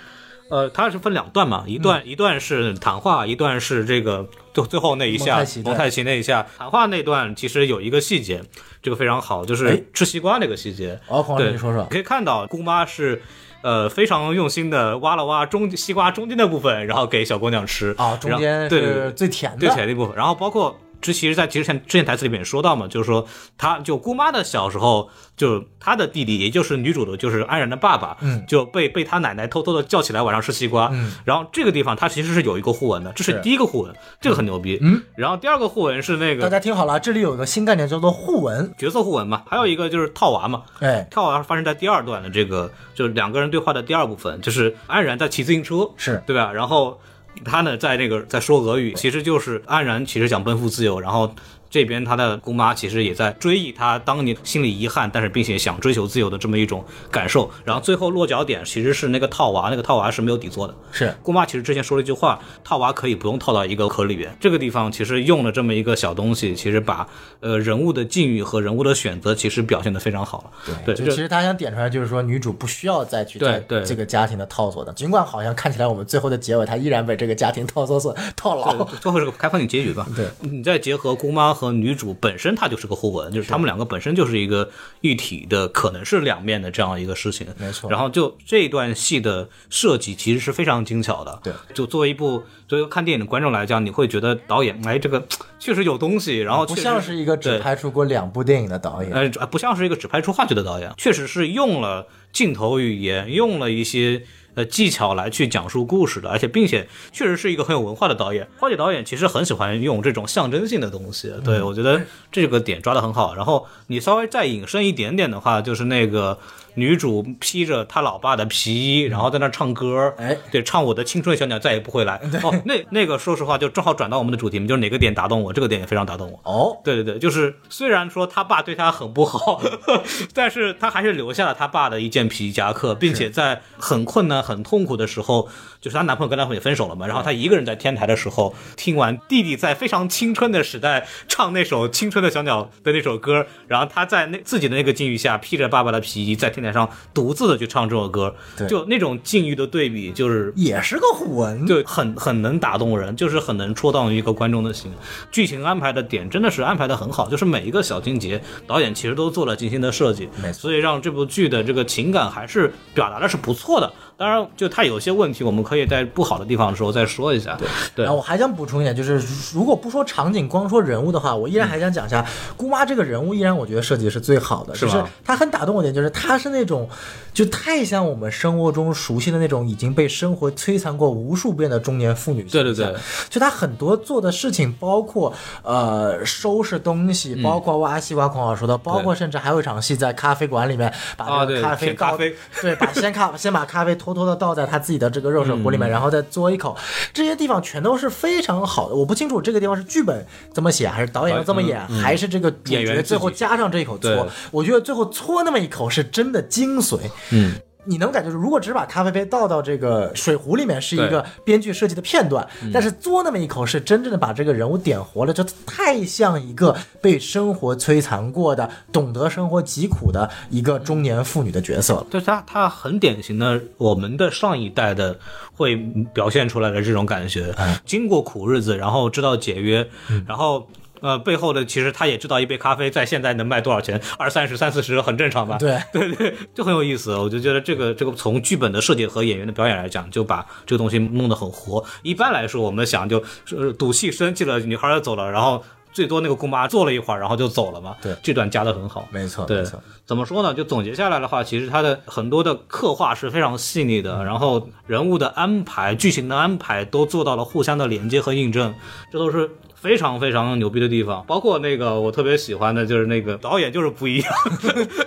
Speaker 1: 呃，它是分两段嘛，一
Speaker 3: 嗯
Speaker 1: 段、一段是谈话，一段是这个最最后那一下
Speaker 3: 蒙太奇对
Speaker 1: 蒙太奇那一下谈话那段，其实有一个细节，这个非常好，就
Speaker 3: 哎
Speaker 1: 是吃西瓜那个细节。
Speaker 3: 哦孔老师
Speaker 1: 对
Speaker 3: 你说说
Speaker 1: 可以看到姑妈是。呃，非常用心的挖了挖中西瓜中间的部分，然后给小姑娘吃
Speaker 3: 啊，中
Speaker 1: 然后
Speaker 3: 间
Speaker 1: 对对
Speaker 3: 是最甜的，
Speaker 1: 对潜力部分。然后包括之其实，在之前之前台词里面也说到嘛，就是说他就姑妈的小时候，就她的弟弟，也就是女主的，就是安然的爸爸，
Speaker 3: 嗯
Speaker 1: 就被被她奶奶偷偷的叫起来晚上吃西瓜。
Speaker 3: 嗯
Speaker 1: 然后这个地方它其实是有一个互文的，这是
Speaker 3: 是
Speaker 1: 第一个互文，这个很牛逼。
Speaker 3: 嗯，
Speaker 1: 然后第二个互文是那
Speaker 3: 大
Speaker 1: 个
Speaker 3: 家听好了，这里有一个新概念叫做互文，
Speaker 1: 角色互文嘛，还有一个就是套娃嘛。
Speaker 3: 哎，
Speaker 1: 跳娃发生在第二段的这个，就是两个人对话的第二部分，就是安然在骑自行车，
Speaker 3: 是
Speaker 1: 对吧？然后他呢，在那个在说俄语，其实就是安然其实想奔赴自由，然后这边他的姑妈其实也在追忆他当年心里遗憾，但是并且想追求自由的这么一种感受。然后最后落脚点其实是那个套娃，那个套娃是没有底座的，
Speaker 3: 是
Speaker 1: 姑妈其实之前说了一句话，套娃可以不用套到一个壳里边。这个地方其实用了这么一个小东西，其实把呃人物的境遇和人物的选择其实表现的非常好了。对
Speaker 3: 就
Speaker 1: 这
Speaker 3: 其实他想点出来，就是说女主不需要再去
Speaker 1: 对
Speaker 3: 在
Speaker 1: 对
Speaker 3: 这个家庭的套索的，尽管好像看起来我们最后的结尾，她依然被这个家庭套索所套牢。
Speaker 1: 最后是个开放性结局吧？
Speaker 3: 哦对，
Speaker 1: 你再结合姑妈和女主本身，它就是个互文，就是他们两个本身就是一个一体的，可能是两面的这样一个事情。
Speaker 3: 没错
Speaker 1: 然后就这一段戏的设计其实是非常精巧的。
Speaker 3: 对，
Speaker 1: 就作为一部作为看电影的观众来讲，你会觉得导演哎这个确实有东西，然后
Speaker 3: 不
Speaker 1: 确实
Speaker 3: 像是一个只
Speaker 1: 对
Speaker 3: 拍出过两部电影的导演，
Speaker 1: 呃，不像是一个只拍出话剧的导演，确实是用了镜头语言，用了一些呃技巧来去讲述故事的，而且并且确实是一个很有文化的导演。话剧导演其实很喜欢用这种象征性的东西，对、
Speaker 3: 嗯
Speaker 1: 我觉得这个点抓得很好。然后你稍微再引申一点点的话，就是那个女主披着她老爸的皮衣，然后在那唱歌，
Speaker 3: 哎
Speaker 1: 对，唱我的青春小鸟再也不会
Speaker 3: [laughs]
Speaker 1: 来。哦，那那个说实话就正好转到我们的主题，就是哪个点打动我，这个点也非常打动我。
Speaker 3: 哦，
Speaker 1: 对对对，就是虽然说他爸对他很不好， [laughs] 但是他还是留下了他爸的一件皮夹克，并且在很困难、很痛苦的时候，就是她男朋友跟她朋友也分手了嘛，然后她一个人在天台的时候，听完弟弟在非常青春的时代唱那首《青春的小鸟》的那首歌，然后她在那自己的那个境遇下，披着爸爸的皮衣在天台上独自的去唱这首歌，
Speaker 3: 对
Speaker 1: 就那种境遇的对比，就是
Speaker 3: 也是个混，
Speaker 1: 就很很能打动人，就是很能戳到一个观众的心。剧情安排的点真的是安排的很好，就是每一个小情节，导演其实都做了精心的设计
Speaker 3: 没，错
Speaker 1: 所以让这部剧的这个情感还是表达的是不错的。当然，就它有些问题，我们可以在不好的地方的时候再说一下。对
Speaker 3: 然后我还想补充一点，就是如果不说场景，光说人物的话，我依然还想讲一下姑妈这个人物，依然我觉得设计是最好的，
Speaker 1: 嗯是
Speaker 3: 就
Speaker 1: 吧
Speaker 3: 是她很打动我的点，就是她是那种就太像我们生活中熟悉的那种已经被生活摧残过无数遍的中年妇女。
Speaker 1: 对对对，
Speaker 3: 就她很多做的事情，包括呃收拾东西，
Speaker 1: 嗯
Speaker 3: 包括哇西哇孔老师说的，包括甚至还有一场戏在咖啡馆里面把
Speaker 1: 啊
Speaker 3: 这
Speaker 1: 对
Speaker 3: 个咖啡
Speaker 1: 舔咖
Speaker 3: 倒
Speaker 1: 啡
Speaker 3: 对，把先咖 [laughs] 先把咖啡偷偷的倒在他自己的这个热水壶里
Speaker 1: 嗯
Speaker 3: 面，然后再嘬一口，这些地方全都是非常好的。我不清楚这个地方是剧本怎么写，还是导演要这么演，还是这个主
Speaker 1: 哎嗯演员
Speaker 3: 角
Speaker 1: 自己
Speaker 3: 最后加上这一口嘬
Speaker 1: 对。
Speaker 3: 我觉得最后嘬那么一口是真的精髓。
Speaker 1: 嗯，
Speaker 3: 你能感觉，如果只把咖啡杯倒到这个水壶里面，是一个编剧设计的片段，
Speaker 1: 嗯
Speaker 3: 但是嘬那么一口是真正的把这个人物点活了，就太像一个被生活摧残过的、懂得生活疾苦的一个中年妇女的角色了。
Speaker 1: 就是它它很典型的我们的上一代的会表现出来的这种感觉，
Speaker 3: 嗯
Speaker 1: 经过苦日子，然后知道节约，然后。呃，背后的其实他也知道一杯咖啡在现在能卖多少钱，二三十、三四十很正常吧？
Speaker 3: 对
Speaker 1: 对对，就很有意思。我就觉得这个这个从剧本的设计和演员的表演来讲，就把这个东西弄得很活。一般来说，我们想就是呃赌气生气了，女孩儿走了，然后最多那个姑妈坐了一会儿，然后就走了嘛。
Speaker 3: 对
Speaker 1: 这段加的很好。
Speaker 3: 没错，
Speaker 1: 对
Speaker 3: 没错。，
Speaker 1: 怎么说呢？就总结下来的话，其实它的很多的刻画是非常细腻
Speaker 3: 嗯
Speaker 1: 的，然后人物的安排、剧情的安排都做到了互相的连接和印证，这都是非常非常牛逼的地方。包括那个我特别喜欢的就是那个导演就是不一样，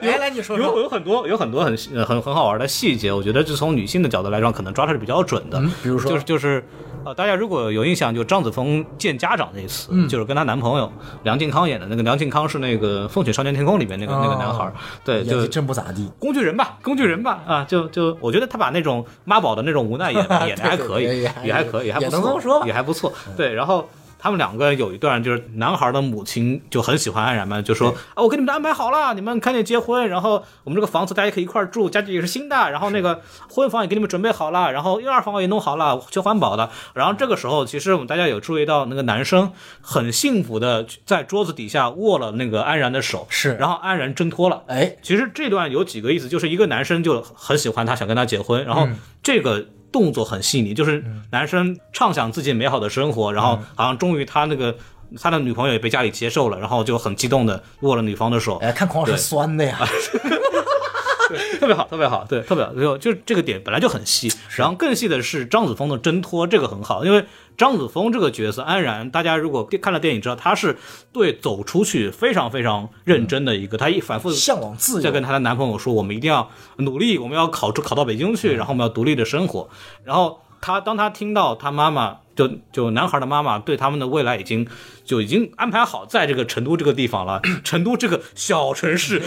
Speaker 3: 哎，来你说
Speaker 1: 有
Speaker 3: 说。
Speaker 1: 有很多有很多很呃很很好玩的细节，我觉得就从女性的角度来说，可能抓的是比较准的。
Speaker 3: 嗯比如说
Speaker 1: 就是就是呃，大家如果有印象，就张子枫见家长那一次，
Speaker 3: 嗯
Speaker 1: 就是跟她男朋友梁靖康演的那个梁靖康是那个《风雪少年天空》里面那个、那个男孩儿，对，
Speaker 3: 哦演
Speaker 1: 就
Speaker 3: 技真不咋地，
Speaker 1: 工具人吧，工具人吧，啊，就就我觉得他把那种妈宝的那种无
Speaker 3: [laughs]
Speaker 1: 奈演演的还可以
Speaker 3: 对对对，也
Speaker 1: 也还可以，
Speaker 3: 也
Speaker 1: 还不
Speaker 3: 能这么
Speaker 1: 错，
Speaker 3: 说吧嗯
Speaker 1: 也还不错。对，然后他们两个有一段就是男孩的母亲就很喜欢安然嘛，就说啊，我给你们安排好了，你们看见结婚，然后我们这个房子大家可以一块儿住，家具也是新的，然后那个婚房也给你们准备好了，然后一二房也弄好了，全环保的。然后这个时候，其实我们大家有注意到那个男生很幸福的在桌子底下握了那个安然的手，
Speaker 3: 是
Speaker 1: 然后安然挣脱了。
Speaker 3: 哎，
Speaker 1: 其实这段有几个意思，就是一个男生就很喜欢她，想跟她结婚，然后这个动作很细腻，就是男生畅想自己美好的生活，然后好像终于他那个他的女朋友也被家里接受了，然后就很激动的握了女方的手，
Speaker 3: 哎，看孔老师
Speaker 1: 对
Speaker 3: 酸的呀，
Speaker 1: [laughs] 特别好，特别好，对，特别好，就就这个点本来就很细，然后更细的是张子枫的挣脱，这个很好，因为张子枫这个角色安然，大家如果看了电影知道，他是对走出去非常非常认真的一个，他一反复
Speaker 3: 向往自
Speaker 1: 在
Speaker 3: 由
Speaker 1: 跟，她的男朋友说，我们一定要努力，我们要考出考到北京
Speaker 3: 嗯
Speaker 1: 去，然后我们要独立的生活。然后她当她听到她妈妈就就男孩的妈妈对他们的未来已经就已经安排好在这个成都这个地方了， [coughs] 成都这个小城市，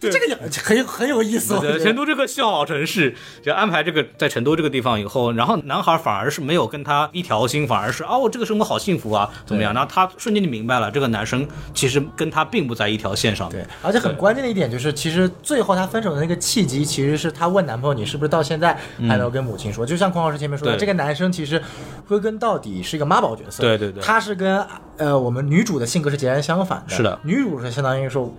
Speaker 3: 这个也很很有意思，我觉
Speaker 1: 对，
Speaker 3: 得
Speaker 1: 成都这个小城市就安排这个在成都这个地方以后，然后男孩反而是没有跟他一条心，反而是哦，这个生活好幸福啊，怎么样？然后他瞬间就明白了，这个男生其实跟他并不在一条线上面
Speaker 3: 对，而且很关键的一点就是，其实最后她分手的那个契机，其实是她问男朋友你是不是到现在还没有跟母亲说。就像孔老师前面说的，
Speaker 1: 嗯对
Speaker 3: 这个男生其实归根到底是一个妈宝角色，
Speaker 1: 对对对
Speaker 3: 他是跟呃我们女主的性格是截然相反的。
Speaker 1: 是的
Speaker 3: 女主是相当于说。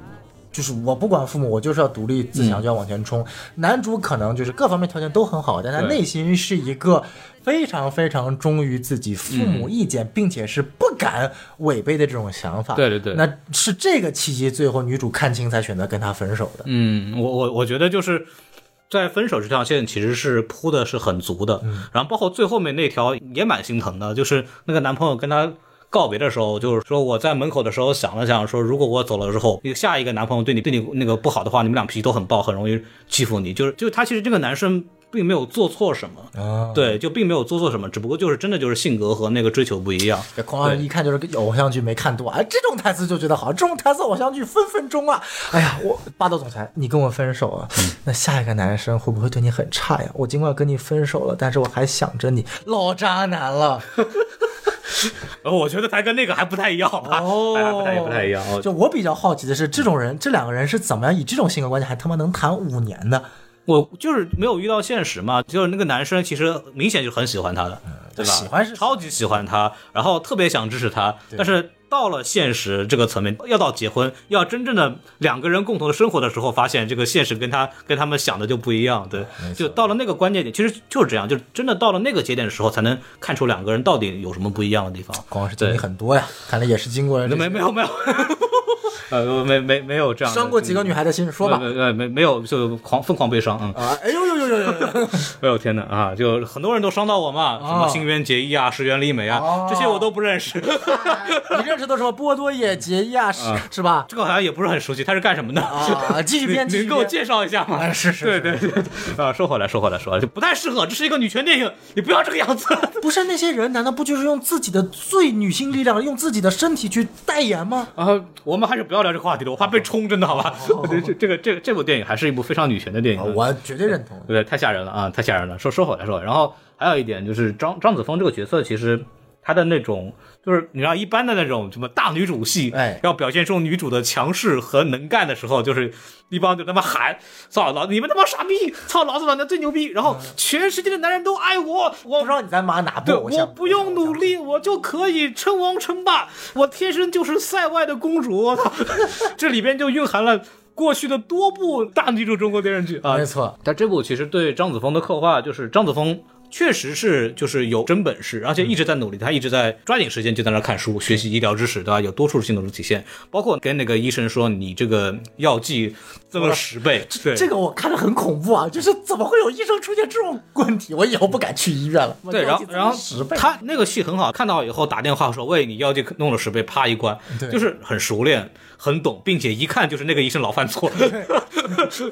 Speaker 3: 就是我不管父母，我就是要独立自
Speaker 1: 嗯
Speaker 3: 强，就要往前冲。男主可能就是各方面条件都很好，但他
Speaker 1: 对
Speaker 3: 内心是一个非常非常忠于自己父
Speaker 1: 嗯
Speaker 3: 母意见，并且是不敢违背的这种想法。
Speaker 1: 对对对
Speaker 3: 啊那是这个契机，最后女主看清才选择跟他分手的。
Speaker 1: 嗯，我我我觉得就是在分手这条线其实是铺嗯的是很足的，然后包括最后面那条也蛮心疼的，就是那个男朋友跟她告别的时候，就是说我在门口的时候想了想，说如果我走了之后，你下一个男朋友对你对你那个不好的话，你们俩脾气都很爆，很容易欺负你。就是就是他其实这个男生并没有做错什么，
Speaker 3: 啊，
Speaker 1: 对，就并没有做错什么，只不过就是真的就是性格和那个追求不一样。
Speaker 3: 这孔老师一看就是个偶像剧没看多，哎，这种台词就觉得好，这种台词偶像剧分分钟啊！
Speaker 1: 嗯
Speaker 3: 哎呀，我霸道总裁，你跟我分手了，那下一个男生会不会对你很差呀？我尽管跟你分手了，但是我还想着你，老渣男了。
Speaker 1: 呃，我觉得他跟那个还不太一样吧，哎 [laughs] 不太不太一样。哦
Speaker 3: 就我比较好奇的是，这种人，这两个人是怎么样以这种性格关系还他妈能谈五年的？
Speaker 1: 我就是没有遇到现实嘛，就是那个男生其实明显就很喜欢她的，对吧？
Speaker 3: 嗯喜欢是
Speaker 1: 超级喜欢她，然后特别想支持她，但是到了现实这个层面，要到结婚，要真正的两个人共同生活的时候，发现这个现实跟他跟他们想的就不一样，对，就到了那个关键点，其实就是这样，就是真的到了那个节点的时候，才能看出两个人到底有什么不一样的地方。
Speaker 3: 光是经历很多呀，看来也是经过了这
Speaker 1: 没没有没有， [laughs] 呃，没没没有这样的
Speaker 3: 伤过几个女孩的心，说吧。
Speaker 1: 嗯没没呃没没有就狂疯狂悲伤，嗯。
Speaker 3: 啊，哎呦呦呦呦呦呦！
Speaker 1: [laughs] 哎呦天哪啊！就很多人都伤到我嘛，什么新垣结衣啊、石原里美啊，
Speaker 3: 哦
Speaker 1: 这些我都不认识。 [laughs]
Speaker 3: [laughs] 你认识都什么波多野结衣啊，是是吧？
Speaker 1: 这个好像也不是很熟悉，他是干什么的？
Speaker 3: 啊，继续
Speaker 1: [laughs] 你
Speaker 3: 编，继续
Speaker 1: 能给我
Speaker 3: 编。
Speaker 1: 介绍一下吗？
Speaker 3: 啊是是
Speaker 1: 对
Speaker 3: 是
Speaker 1: 对对，对啊，说回来，说回来，说回来，就不太适合，这是一个女权电影，你不要这个样子。
Speaker 3: 不是那些人，难道不就是用自己的最女性力量，用自己的身体去代言吗？
Speaker 1: 啊， [laughs] 我们还是不要聊这个话题了，我怕被冲，真的好吧？
Speaker 3: 哦
Speaker 1: [laughs] 我觉得这这个这个这部电影还是一部非常女权的电影，
Speaker 3: 我绝对认同。
Speaker 1: 对，太吓人了啊，太吓人了。说说回来说回来，然后还有一点就是张张子枫这个角色，其实她的那种就是你知道一般的那种什么大女主戏，
Speaker 3: 哎
Speaker 1: 要表现出女主的强势和能干的时候，就是一帮就他妈喊，操老你们他妈傻逼，操老子老娘最牛逼，然后全世界的男人都爱我，我
Speaker 3: 不知道你在骂哪部
Speaker 1: 对，
Speaker 3: 偶像？
Speaker 1: 我不用努力，我就可以称王称霸，我天生就是塞外的公主。 [laughs] 我操，这里边就蕴含了。过去的多部大女主中国电视剧啊，
Speaker 3: 没错。
Speaker 1: 但这部其实对张子枫的刻画，就是张子枫确实是就是有真本事，而且一直在努力，他一直在抓紧时间就在那看书学习医疗知识，对吧？有多处性能力体现，包括跟那个医生说你这个药剂增了十倍，对
Speaker 3: 这个我看着很恐怖啊，就是怎么会有医生出现这种问题？我以后不敢去医院了。
Speaker 1: 对，然后然后
Speaker 3: 十倍，
Speaker 1: 他那个戏很好，看到以后打电话说：“喂，你药剂弄了十倍，啪一关，
Speaker 3: 对
Speaker 1: 就是很熟练、很懂，并且一看就是那个医生老犯
Speaker 3: [laughs]
Speaker 1: 错。”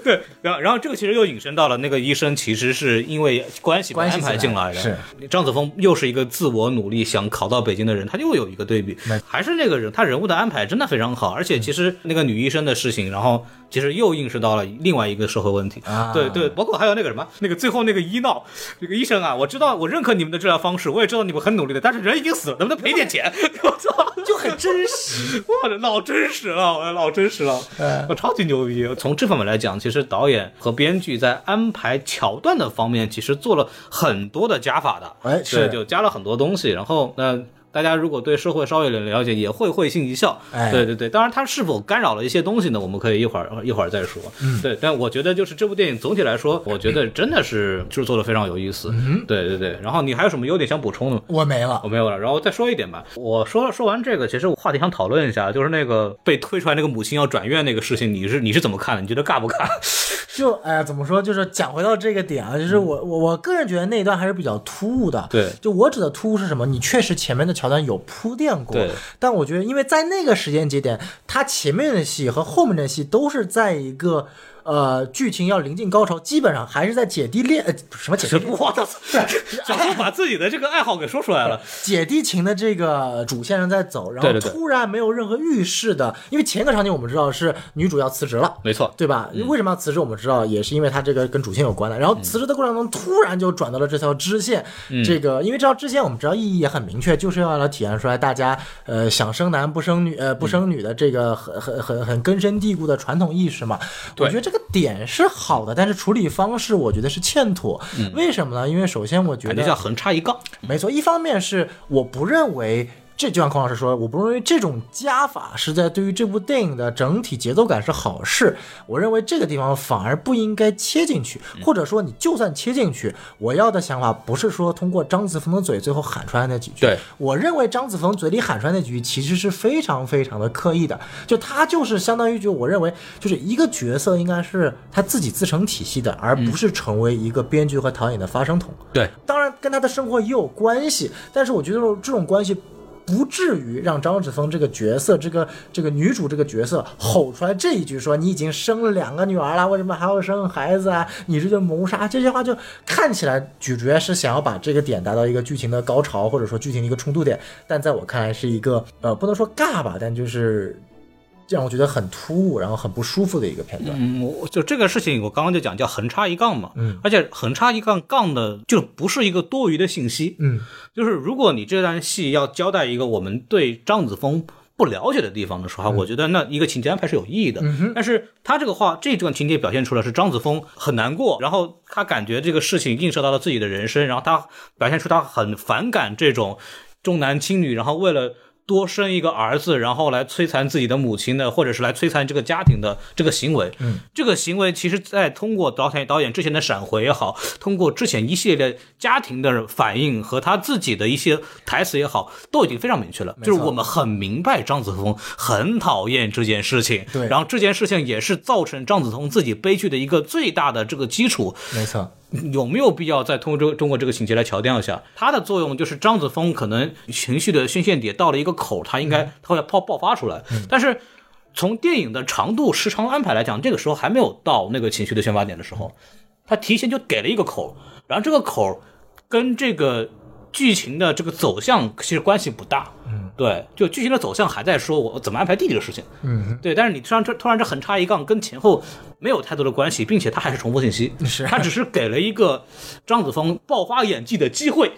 Speaker 1: 对，然后然后这个其实又引申到了那个医生其实是因为关系把
Speaker 3: 关系
Speaker 1: 安排
Speaker 3: 进
Speaker 1: 进
Speaker 3: 来
Speaker 1: 来的。
Speaker 3: 是
Speaker 1: 张子枫又是一个自我努力想考到北京的人，他又有一个对比
Speaker 3: 没，
Speaker 1: 还是那个人，他人物的安排真的非常好，而且其实那个女医生的事情，然后其实又映射到了另外一个社会问题。
Speaker 3: 啊
Speaker 1: 对对，包括还有那个什么，那个最后那个医闹，那个医生啊，我知道，我认可你们的治疗方式，我也知道你们很努力的，但是人已经死了，能不能赔点钱？ [laughs] 我操！
Speaker 3: 就很真实。
Speaker 1: [laughs] 我的老真实了，我的老真实了
Speaker 3: 嗯，
Speaker 1: 我超级牛逼。从这方面来讲，其实导演和编剧在安排桥段的方面，其实做了很多的加法的，
Speaker 3: 哎是
Speaker 1: 对，就加了很多东西。然后那、呃大家如果对社会稍微有点了解，也会会心一笑。
Speaker 3: 哎
Speaker 1: 对对对，当然它是否干扰了一些东西呢？我们可以一会儿一会儿再说。对，但我觉得就是这部电影总体来说，我觉得真的是制作的非常有意思。对对对。然后你还有什么优点想补充的吗？
Speaker 3: 我没了
Speaker 1: 我。没有了，然后再说一点吧。我说说完这个，其实我话题想讨论一下，就是那个被推出来那个母亲要转院那个事情，你是你是怎么看的？你觉得尬不尬？ [laughs]
Speaker 3: 就哎呀，怎么说？就是讲回到这个点啊，就是我我我个人觉得那一段还是比较突兀的。
Speaker 1: 嗯对
Speaker 3: 就我指的突兀是什么？你确实前面的桥段有铺垫过
Speaker 1: 对，
Speaker 3: 但我觉得因为在那个时间节点，它前面的戏和后面的戏都是在一个。呃，剧情要临近高潮，基本上还是在姐弟恋，呃、什么姐弟恋
Speaker 1: 我操！小时候把自己的这个爱好给说出来了，
Speaker 3: 姐弟情的这个主线上在走，然
Speaker 1: 对
Speaker 3: 后
Speaker 1: 对对
Speaker 3: 突然没有任何预示的，因为前一个场景我们知道是女主要辞职了，
Speaker 1: [laughs] 没错。嗯
Speaker 3: 对吧？为什么要辞职？我们知道也是因为它这个跟主线有关的。然后辞职的过程中，突然就转到了这条支线，
Speaker 1: 嗯
Speaker 3: 这个因为这条支线我们知道意义也很明确，就是要来体现出来大家呃想生男不生女呃不生女的这个很很很很根深蒂固的传统意识嘛。
Speaker 1: 对
Speaker 3: 我觉得这个点是好的，但是处理方式我觉得是欠妥。
Speaker 1: 嗯
Speaker 3: 为什么呢？因为首先我觉
Speaker 1: 感
Speaker 3: 得
Speaker 1: 觉像横插一杠，
Speaker 3: 没错，一方面是我不认为。这就像孔老师说，我不认为这种加法是在对于这部电影的整体节奏感是好事。我认为这个地方反而不应该切进去，或者说你就算切进去，我要的想法不是说通过张子枫的嘴最后喊出来那几句。
Speaker 1: 对
Speaker 3: 我认为张子枫嘴里喊出来那几句其实是非常非常的刻意的，就他就是相当于就我认为就是一个角色应该是他自己自成体系的，而不是成为一个编剧和导演的发声筒。
Speaker 1: 对，
Speaker 3: 当然跟他的生活也有关系，但是我觉得这种关系不至于让张子枫这个角色，这个这个女主这个角色吼出来这一句说你已经生了两个女儿了，为什么还要生孩子啊？你这就谋杀！这些话就看起来主角是想要把这个点达到一个剧情的高潮，或者说剧情的一个冲突点，但在我看来是一个呃不能说尬吧，但就是让我觉得很突兀，然后很不舒服的一个片段。
Speaker 1: 嗯，我就这个事情，我刚刚就讲叫横插一杠嘛，
Speaker 3: 嗯
Speaker 1: 而且横插一杠杠的就不是一个多余的信息，
Speaker 3: 嗯，
Speaker 1: 就是如果你这段戏要交代一个我们对张子枫不了解的地方的时
Speaker 3: 嗯
Speaker 1: 候，我觉得那一个情节安排是有意义的。但是他这个话，这段情节表现出来是张子枫很难过，然后他感觉这个事情映射到了自己的人生，然后他表现出他很反感这种重男轻女，然后为了。多生一个儿子，然后来摧残自己的母亲的，或者是来摧残这个家庭的这个行为，嗯，这个行为其实，在通过导演导演之前的闪回也好，通过之前一系列家庭的反应和他自己的一些台词也好，都已经非常明确了。就是我们很明白张子枫很讨厌这件事情，
Speaker 3: 对
Speaker 1: 然后这件事情也是造成张子枫自己悲剧的一个最大的这个基础，
Speaker 3: 没错，
Speaker 1: 有没有必要再通过这个通过这个情节来强调一下？它的作用就是张子枫可能情绪的宣泄点到了一个口，他应该他会爆爆发出来，但是。从电影的长度、时长安排来讲，这个时候还没有到那个情绪的宣发点的时候，他提前就给了一个口，然后这个口跟这个剧情的这个走向其实关系不大。嗯，对，就剧情的走向还在说我怎么安排弟弟的事情。嗯，对，但是你突然这突然这横插一杠，跟前后没有太多的关系，并且他还是重复信息，[laughs]
Speaker 3: 是
Speaker 1: 他只是给了一个张子枫爆发演技的机会。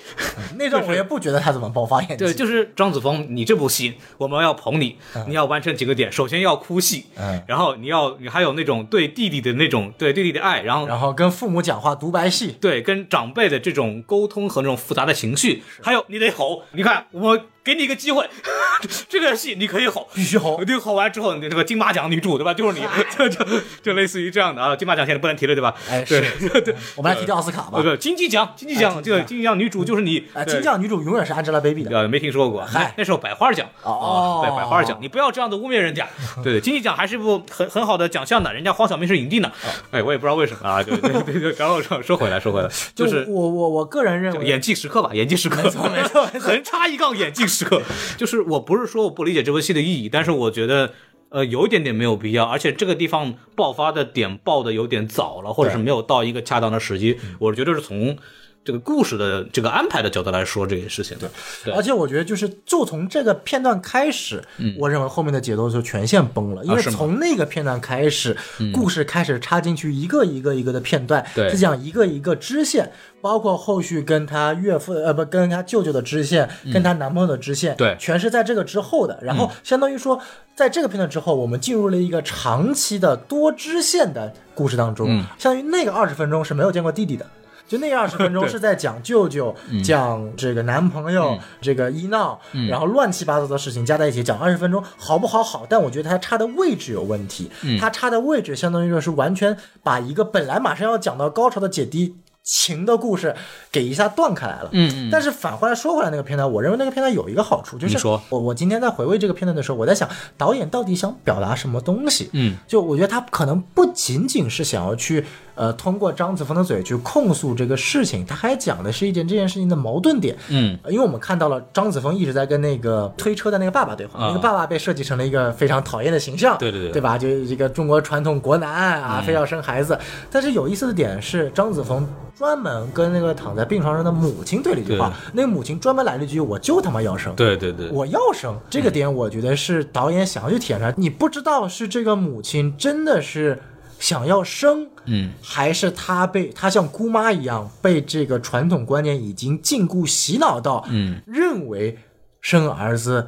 Speaker 3: 那段我也不觉得他怎么爆发演技。
Speaker 1: 对，就是张子枫，你这部戏我们要捧你，你要完成几个点，首先要哭戏，
Speaker 3: 嗯
Speaker 1: 然后你要你还有那种对弟弟的那种对弟弟的爱，然后
Speaker 3: 然后跟父母讲话独白戏，
Speaker 1: 对跟长辈的这种沟通和那种复杂的情绪，还有你得吼，你看我给你一个机会， [laughs] 这个戏你可以吼。
Speaker 3: 必须吼
Speaker 1: 我。就吼完之后，你这个金马奖女主对吧？就是
Speaker 3: [laughs]
Speaker 1: 你， [laughs] 就就就类似于这样的啊。金马奖现在不能提了对吧？
Speaker 3: 哎，是
Speaker 1: [laughs]
Speaker 3: 哎
Speaker 1: 对，
Speaker 3: 嗯 [laughs] 我们来提提奥斯卡吧
Speaker 1: 不。不，金鸡奖，金鸡奖，这个金鸡奖女主就是你。
Speaker 3: 哎，
Speaker 1: 对
Speaker 3: 金像女主永远是 Angelababy 的。
Speaker 1: 呃，没听说过，那
Speaker 3: 嗨
Speaker 1: 那时候百花奖
Speaker 3: 哦
Speaker 1: 啊对，百花奖，你不要这样的污蔑人
Speaker 3: [laughs]
Speaker 1: 家。对，金鸡奖还是一部很很好的奖项呢，人家黄晓明是影帝呢。
Speaker 3: 哦
Speaker 1: 哎，我也不知道为什么啊，对对对对，然后说说回来说回来，就是
Speaker 3: 我我我个人认为，
Speaker 1: 演技时刻吧，演技时刻，
Speaker 3: 没错没错没错
Speaker 1: [laughs] 横插一杠演技时
Speaker 3: [laughs]
Speaker 1: 刻。就是我不是说我不理解这部戏的意义，但是我觉得。呃，有一点点没有必要，而且这个地方爆发的点爆的有点早了，或者是没有到一个恰当的时机。
Speaker 3: 嗯
Speaker 1: 我觉得是从这个故事的这个安排的角度来说这件事情。对，对
Speaker 3: 而且我觉得就是就从这个片段开始，我认为后面的节奏就全线崩了，因为
Speaker 1: 嗯啊是吗嗯
Speaker 3: 从那个片段开始，故事开始插进去一个一个一个的片段，
Speaker 1: 对
Speaker 3: 是讲一个一个支线，包括后续跟她岳父呃不跟她舅舅的支线，跟她男朋友的支线，
Speaker 1: 嗯对嗯
Speaker 3: 全是在这个之后的。然后相当于说，在这个片段之后，我们进入了一个长期的多支线的故事当中，
Speaker 1: 嗯
Speaker 3: 相当于那个二十分钟是没有见过弟弟的。就那二十分
Speaker 1: [laughs]
Speaker 3: 钟
Speaker 1: 对嗯
Speaker 3: 是在讲舅舅、讲这个男朋友、这个医闹，然后乱七八糟的事情加在一起讲二十分钟，好不好？好，但我觉得他插的位置有问题，
Speaker 1: 嗯
Speaker 3: 他插的位置相当于说是完全把一个本来马上要讲到高潮的姐弟。情的故事给一下断开来了，嗯嗯，但是反过来说回来那个片段，我认为那个片段有一个好处，就是
Speaker 1: 你说
Speaker 3: 我我今天在回味这个片段的时候，我在想导演到底想表达什么东西，
Speaker 1: 嗯，
Speaker 3: 就我觉得他可能不仅仅是想要去呃通过张子枫的嘴去控诉这个事情，他还讲的是一件这件事情的矛盾点。
Speaker 1: 嗯
Speaker 3: 呃，因为我们看到了张子枫一直在跟那个推车的那个爸爸对话，
Speaker 1: 啊
Speaker 3: 那个爸爸被设计成了一个非常讨厌的形象，
Speaker 1: 对对对
Speaker 3: 对吧？就是一个中国传统国男啊，非要生孩子。但是有意思的点是，张子枫专门跟那个躺在病床上的母亲对了一句话，那个母亲专门来了一句：“我就他妈要生。”
Speaker 1: 对对对，
Speaker 3: 我要生这个点，我觉得是导演想要去体验出来。你不知道是这个母亲真的是想要生，
Speaker 1: 嗯，
Speaker 3: 还是她被她像姑妈一样被这个传统观念已经禁锢洗脑到，嗯，认为生儿子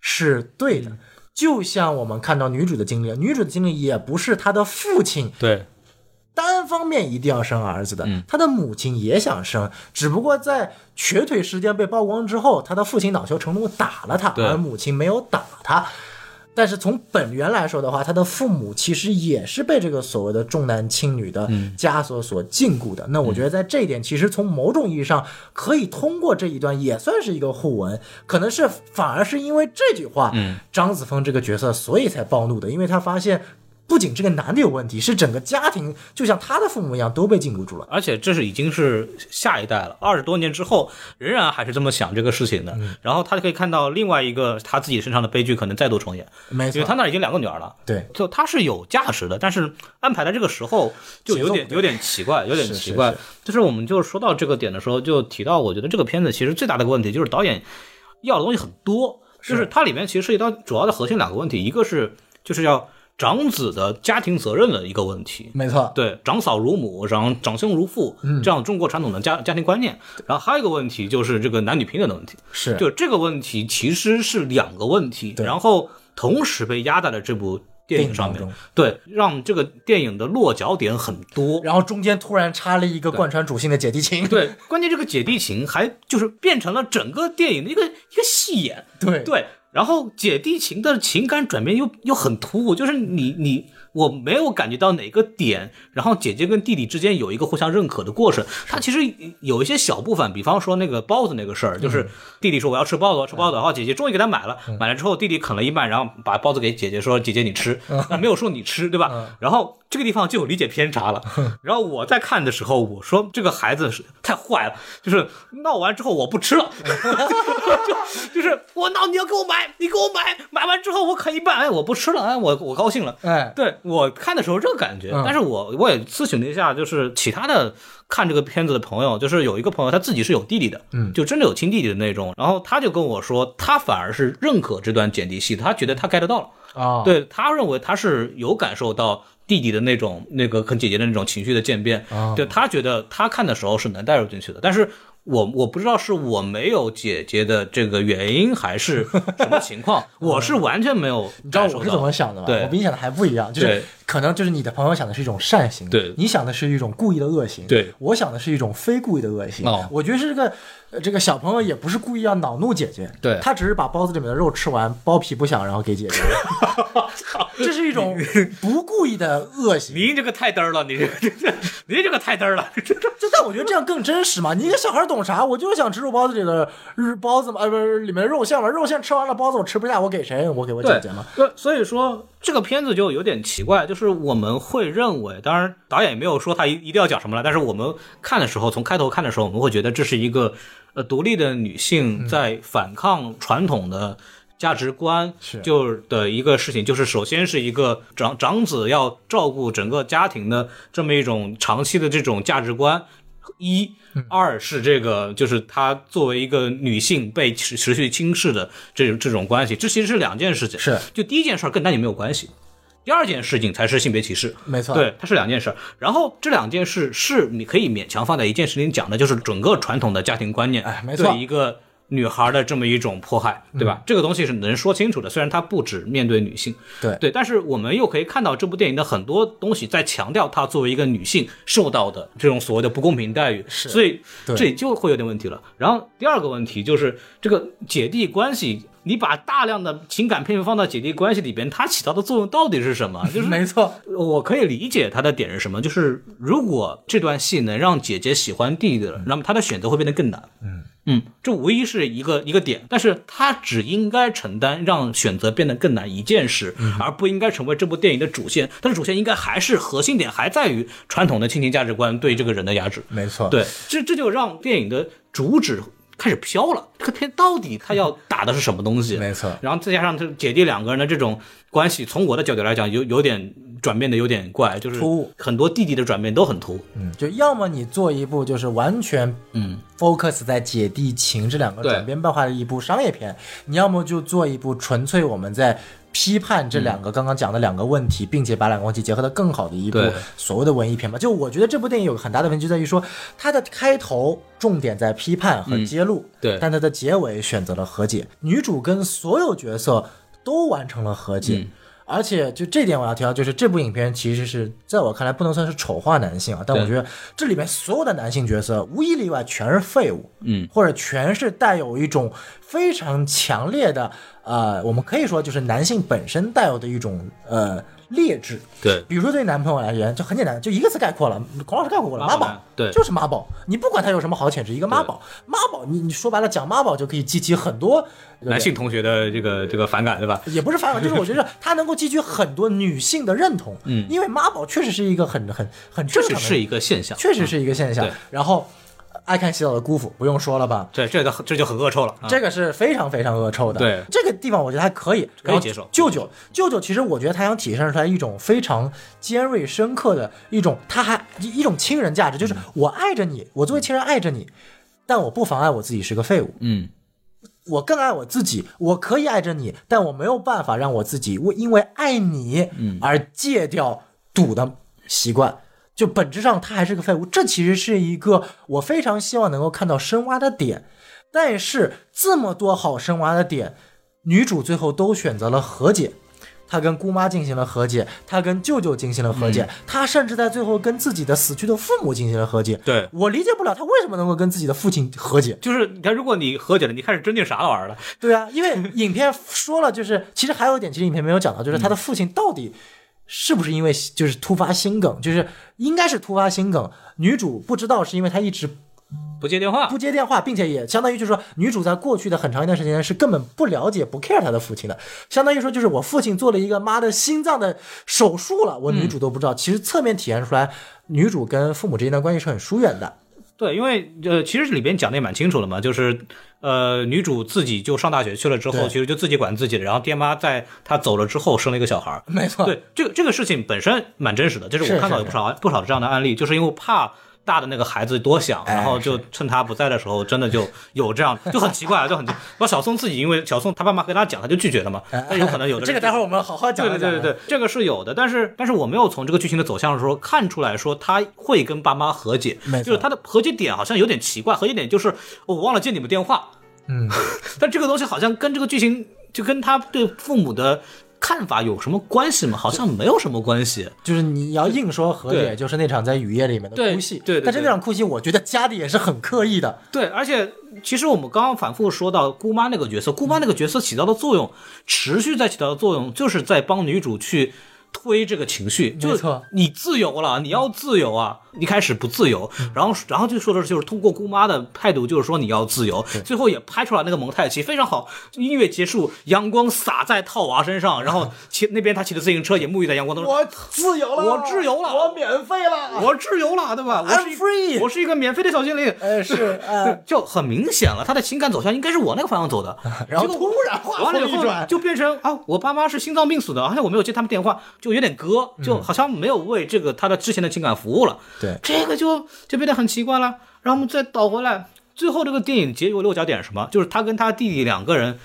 Speaker 3: 是对的。就像我们看到女主的经历，女主的经历也不是她的父亲
Speaker 1: 对，
Speaker 3: 单方面一定要生儿子的，他的母亲也想生，只不过在瘸腿事件被曝光之后，他的父亲恼羞成怒打了他，
Speaker 1: 对
Speaker 3: 而母亲没有打他。但是从本源来说的话，他的父母其实也是被这个所谓的重男轻女的
Speaker 1: 嗯
Speaker 3: 枷锁所禁锢的。那我觉得在这一点，其实从某种意义上可以通过这一段也算是一个互文，可能
Speaker 1: 嗯
Speaker 3: 是反而是因为这句话，张子枫这个角色所以才暴怒的，因为他发现不仅这个男的有问题，是整个家庭就像他的父母一样都被禁锢住了。
Speaker 1: 而且这是已经是下一代了，二十多年之后仍然还是这么想这个事情的。
Speaker 3: 嗯
Speaker 1: 然后他就可以看到另外一个他自己身上的悲剧可能再度重演，
Speaker 3: 没
Speaker 1: 因
Speaker 3: 错
Speaker 1: 为他，那儿已经两个女儿了。
Speaker 3: 对，
Speaker 1: 就他是有价值的，但是安排在这个时候就有
Speaker 3: 节奏
Speaker 1: 点
Speaker 3: 不对
Speaker 1: 有点奇怪，有点
Speaker 3: 是
Speaker 1: 奇怪。
Speaker 3: 是
Speaker 1: 就是我们就是说到这个点的时候，就提到我觉得这个片子其实最大的一个问题就是导演要的东西很多，就是它里面其实涉及到主要的核心两个问题，一个是就是要长子的家庭责任的一个问题，
Speaker 3: 没错，
Speaker 1: 对，长嫂如母，长长兄如父，
Speaker 3: 嗯
Speaker 1: 这样中国传统的家家庭观念。然后还有一个问题就是这个男女平等的问题，
Speaker 3: 是
Speaker 1: 就这个问题其实是两个问题，
Speaker 3: 对
Speaker 1: 然后同时被压在了这部电影上面
Speaker 3: 电影当中，
Speaker 1: 对，让这个电影的落脚点很多。
Speaker 3: 然后中间突然插了一个贯穿主线的姐弟情，
Speaker 1: 对，关键这个姐弟情还就是变成了整个电影的一个一个戏眼，
Speaker 3: 对
Speaker 1: 对，然后姐弟情的情感转变又又很突兀，就是你你我没有感觉到哪个点，然后姐姐跟弟弟之间有一个互相认可的过程。它其实有一些小部分，比方说那个包子那个事儿，就是弟弟说我要吃包子，我要吃包子，然后姐姐终于给他买了，买了之后弟弟啃了一半，然后把包子给姐姐说姐姐你吃，那没有说你吃对吧？然后这个地方就有理解偏差了。然后我在看的时候，我说这个孩子是太坏了，就是闹完之后我不吃了。 [laughs] 就就是我闹，你要给我买，你给我买，买完之后我啃一半，哎，我不吃了，哎，我我高兴了。
Speaker 3: 哎
Speaker 1: 对我看的时候这个感觉
Speaker 3: 嗯，
Speaker 1: 但是我我也咨询了一下，就是其他的看这个片子的朋友，就是有一个朋友他自己是有弟弟的，
Speaker 3: 嗯
Speaker 1: 就真的有亲弟弟的那种，然后他就跟我说，他反而是认可这段姐弟戏的，他觉得他 get 到了。
Speaker 3: 啊，
Speaker 1: 对他认为他是有感受到弟弟的那种那个跟姐姐的那种情绪的渐变，
Speaker 3: 啊
Speaker 1: 对他觉得他看的时候是能带入进去的，但是。我我不知道是我没有姐姐的这个原因，还是什么情
Speaker 3: [laughs]
Speaker 1: 况，我是完全没有
Speaker 3: 你知道
Speaker 1: 感受到。
Speaker 3: 哎我是怎么想的吗？
Speaker 1: 对
Speaker 3: 我比你想的还不一样，就是
Speaker 1: 对
Speaker 3: 可能就是你的朋友想的是一种善行，
Speaker 1: 对
Speaker 3: 你想的是一种故意的恶行，
Speaker 1: 对
Speaker 3: 我想的是一种非故意的恶行。
Speaker 1: 哦
Speaker 3: 我觉得是这个呃这个小朋友也不是故意要恼怒姐姐，
Speaker 1: 对
Speaker 3: 他只是把包子里面的肉吃完，包皮不想，然后给
Speaker 1: [laughs]
Speaker 3: 姐姐，这是一种不故意的恶行。
Speaker 1: 您这个太嘚儿了，你这个 [laughs] 您这个太嘚儿了。
Speaker 3: 这但我觉得这样更真实嘛。你一个小孩懂啥？我就是想吃肉包子里的日包子嘛，呃，不是里面的肉馅嘛，肉馅吃完了包子我吃不下，我给谁？我给我姐
Speaker 1: 对
Speaker 3: 姐嘛。
Speaker 1: 对，所以说这个片子就有点奇怪，就是我们会认为，当然导演也没有说他一一定要讲什么了，但是我们看的时候，从开头看的时候，我们会觉得这是一个呃独立的女性在反抗传统的。价值观
Speaker 3: 是
Speaker 1: 就是的一个事情，就是首先是一个长长子要照顾整个家庭的这么一种长期的这种价值观，一，二是这个就是她作为一个女性被持持续轻视的这这种关系，这其实是两件事情。
Speaker 3: 是，
Speaker 1: 就第一件事儿跟男女没有关系，第二件事情才是性别歧视。
Speaker 3: 没错，
Speaker 1: 对，它是两件事儿。然后这两件事是你可以勉强放在一件事情讲的，就是整个传统的家庭观念，
Speaker 3: 哎没错嗯
Speaker 1: 对一个女孩的这么一种迫害，对吧？这个东西是能说清楚的，虽然它不只面对女性，
Speaker 3: 对
Speaker 1: 对，但是我们又可以看到这部电影的很多东西在强调她作为一个女性受到的这种所谓的不公平待遇，
Speaker 3: 是
Speaker 1: 所以
Speaker 3: 对
Speaker 1: 这就会有点问题了。然后第二个问题就是这个姐弟关系。你把大量的情感配分放到姐弟关系里边，它起到的作用到底是什么？就是
Speaker 3: 没错，
Speaker 1: 呃我可以理解他的点是什么，就是如果这段戏能让姐姐喜欢弟弟了，那么他的选择会变得更难。嗯嗯，这无疑是一个一个点，但是他只应该承担让选择变得更难一件事，
Speaker 3: 嗯
Speaker 1: 而不应该成为这部电影的主线。但是主线应该还是核心点，还在于传统的亲情价值观对这个人的压制。
Speaker 3: 没错，
Speaker 1: 对，这这就让电影的主旨开始飘了。这个片到底他要打的是什么东西？
Speaker 3: 没错
Speaker 1: 然后再加上这姐弟两个人的这种关系，从我的角度来讲，有有点转变的有点怪，就是
Speaker 3: 突兀
Speaker 1: 很多弟弟的转变都很突兀。
Speaker 3: 嗯，就要么你做一部就是完全
Speaker 1: 嗯
Speaker 3: focus 在姐弟情这两个
Speaker 1: 对
Speaker 3: 转变变化的一部商业片，你要么就做一部纯粹我们在批判这两个刚刚讲的两个问题，并且把两个问题结合的更好的一部
Speaker 1: 嗯对
Speaker 3: 所谓的文艺片吧。就我觉得这部电影有个很大的问题就在于说，它的开头重点在批判和揭露，
Speaker 1: 对
Speaker 3: 但它的结尾选择了和解，女主跟所有角色都完成了和
Speaker 1: 嗯
Speaker 3: 解。而且就这点我要提到，就是这部影片其实是在我看来不能算是丑化男性啊，但我
Speaker 1: 对
Speaker 3: 觉得这里面所有的男性角色无一例外全是废物，
Speaker 1: 嗯，
Speaker 3: 或者全是带有一种非常强烈的呃，我们可以说就是男性本身带有的一种呃劣质。
Speaker 1: 对，
Speaker 3: 比如说对男朋友而言，就很简单，就一个词概括了，孔老师概括过了，
Speaker 1: 妈
Speaker 3: 妈
Speaker 1: 宝
Speaker 3: 宝，
Speaker 1: 对
Speaker 3: 就是妈宝。你不管他有什么好潜质，一个妈宝，妈宝，你你说白了讲妈宝就可以激起很多对不对
Speaker 1: 男性同学的这个这个反感，对吧？
Speaker 3: 也不是反感，就是我
Speaker 1: [laughs]
Speaker 3: 觉得他能够积聚很多女性的认同，嗯，因为妈宝确实是一个很很很
Speaker 1: 确
Speaker 3: 正
Speaker 1: 实
Speaker 3: 常的
Speaker 1: 是一个现象，
Speaker 3: 确实是一个现象
Speaker 1: 对。
Speaker 3: 然后爱看洗澡的姑父不用说了吧，
Speaker 1: 对，这个这就很恶臭了。啊
Speaker 3: 这个是非常非常恶臭的。
Speaker 1: 对
Speaker 3: 这个地方我觉得还可以，
Speaker 1: 可以接受
Speaker 3: 然后舅舅，舅舅其实我觉得他想体现出来一种非常尖锐、深刻的一种，他还一一种亲人价值，
Speaker 1: 嗯
Speaker 3: 就是我爱着你，我作为亲人爱着你，但我不妨碍我自己是个废物。
Speaker 1: 嗯，
Speaker 3: 我更爱我自己，我可以爱着你，但我没有办法让我自己为因为爱你而戒掉赌的习惯。就本质上，他还是个废物。这其实是一个我非常希望能够看到深挖的点，但是这么多好深挖的点，女主最后都选择了和解。她跟姑妈进行了和解，她跟舅舅进行了和解，她甚至在最后跟自己的死去的父母进行了和解。
Speaker 1: 对
Speaker 3: 我理解不了她为什么能够跟自己的父亲和解。
Speaker 1: 就是你看，如果你和解了，你开始尊敬啥玩意儿了？
Speaker 3: 对啊，因为影片说了，就是其实还有一点，其实影片没有讲到，就是他的父亲到底是不是因为就是突发心梗，就是应该是突发心梗，女主不知道是因为她一直
Speaker 1: 不接电话
Speaker 3: 不，接电话，并且也相当于就是说，女主在过去的很长一段时间是根本不了解、不 care 她的父亲的，相当于说就是我父亲做了一个妈的心脏的手术了，我女主都不知道。其实侧面体现出来，女主跟父母之间的关系是很疏远的。
Speaker 1: 对，因为呃，其实里边讲的也蛮清楚了嘛，就是呃，女主自己就上大学去了之后，
Speaker 3: 对
Speaker 1: 其实就自己管自己了。然后爹妈在她走了之后生了一个小孩儿。
Speaker 3: 没错，
Speaker 1: 对，这个这个事情本身蛮真实的，就是
Speaker 3: 是
Speaker 1: 我看到
Speaker 3: 是
Speaker 1: 有不少不少这样的案例，就是因为怕。大的那个孩子多想，
Speaker 3: 哎
Speaker 1: 然后就趁他不在的时候，真的就有这样，就很奇怪，啊就很奇。然后小宋自己因为小宋他爸妈跟他讲，他就拒绝了嘛。那有可能有的人
Speaker 3: 哎这个待会儿我们好好讲
Speaker 1: 对
Speaker 3: 一
Speaker 1: 对
Speaker 3: 讲。
Speaker 1: 对对对，这个是有的，但是但是我没有从这个剧情的走向的时候看出来说他会跟爸妈和解
Speaker 3: 没，错
Speaker 1: 就是他的和解点好像有点奇怪，和解点就是我忘了接你们电话，
Speaker 3: 嗯，
Speaker 1: [laughs] 但这个东西好像跟这个剧情就跟他对父母的看法有什么关系吗？好像没有什么关系。
Speaker 3: 就是你要硬说和解，
Speaker 1: 对
Speaker 3: 就是那场在雨夜里面的
Speaker 1: 对
Speaker 3: 哭戏，
Speaker 1: 对对对
Speaker 3: 但是那场哭戏，我觉得加的也是很刻意的，
Speaker 1: 对，而且其实我们刚刚反复说到姑妈那个角色，姑妈那个角色起到的作用，持续在起到的作用，就是在帮女主去推这个情绪。就
Speaker 3: 没错
Speaker 1: 你自由了，你要自由啊！一开始不自由，
Speaker 3: 嗯
Speaker 1: 然后然后就说的就是通过姑妈的态度，就是说你要自由。最后也拍出来那个蒙太奇非常好，音乐结束，阳光洒在套娃身上，然后
Speaker 3: [laughs]
Speaker 1: 骑那边他骑的自行车也沐浴在阳光当中。
Speaker 3: 我自由了，
Speaker 1: 我自由了
Speaker 3: 我免费了，
Speaker 1: 我自由了，对吧？我
Speaker 3: I'm
Speaker 1: 是一
Speaker 3: free
Speaker 1: 我是一个免费的小精灵。
Speaker 3: 呃是呃，
Speaker 1: 就很明显了，他的情感走向应该是往那个方向走的。
Speaker 3: [laughs] 然后
Speaker 1: 结果
Speaker 3: 突然话
Speaker 1: 完了
Speaker 3: 锋
Speaker 1: 以
Speaker 3: 一
Speaker 1: 后
Speaker 3: 转，
Speaker 1: 就变成啊，我爸妈是心脏病死的，而且我没有接他们电话，就有点割，
Speaker 3: 嗯
Speaker 1: 就好像没有为这个他的之前的情感服务了。
Speaker 3: 对
Speaker 1: 这个就就变得很奇怪了。然后我们再倒回来，最后这个电影结局落脚点是什么？就是他跟他弟弟两个人。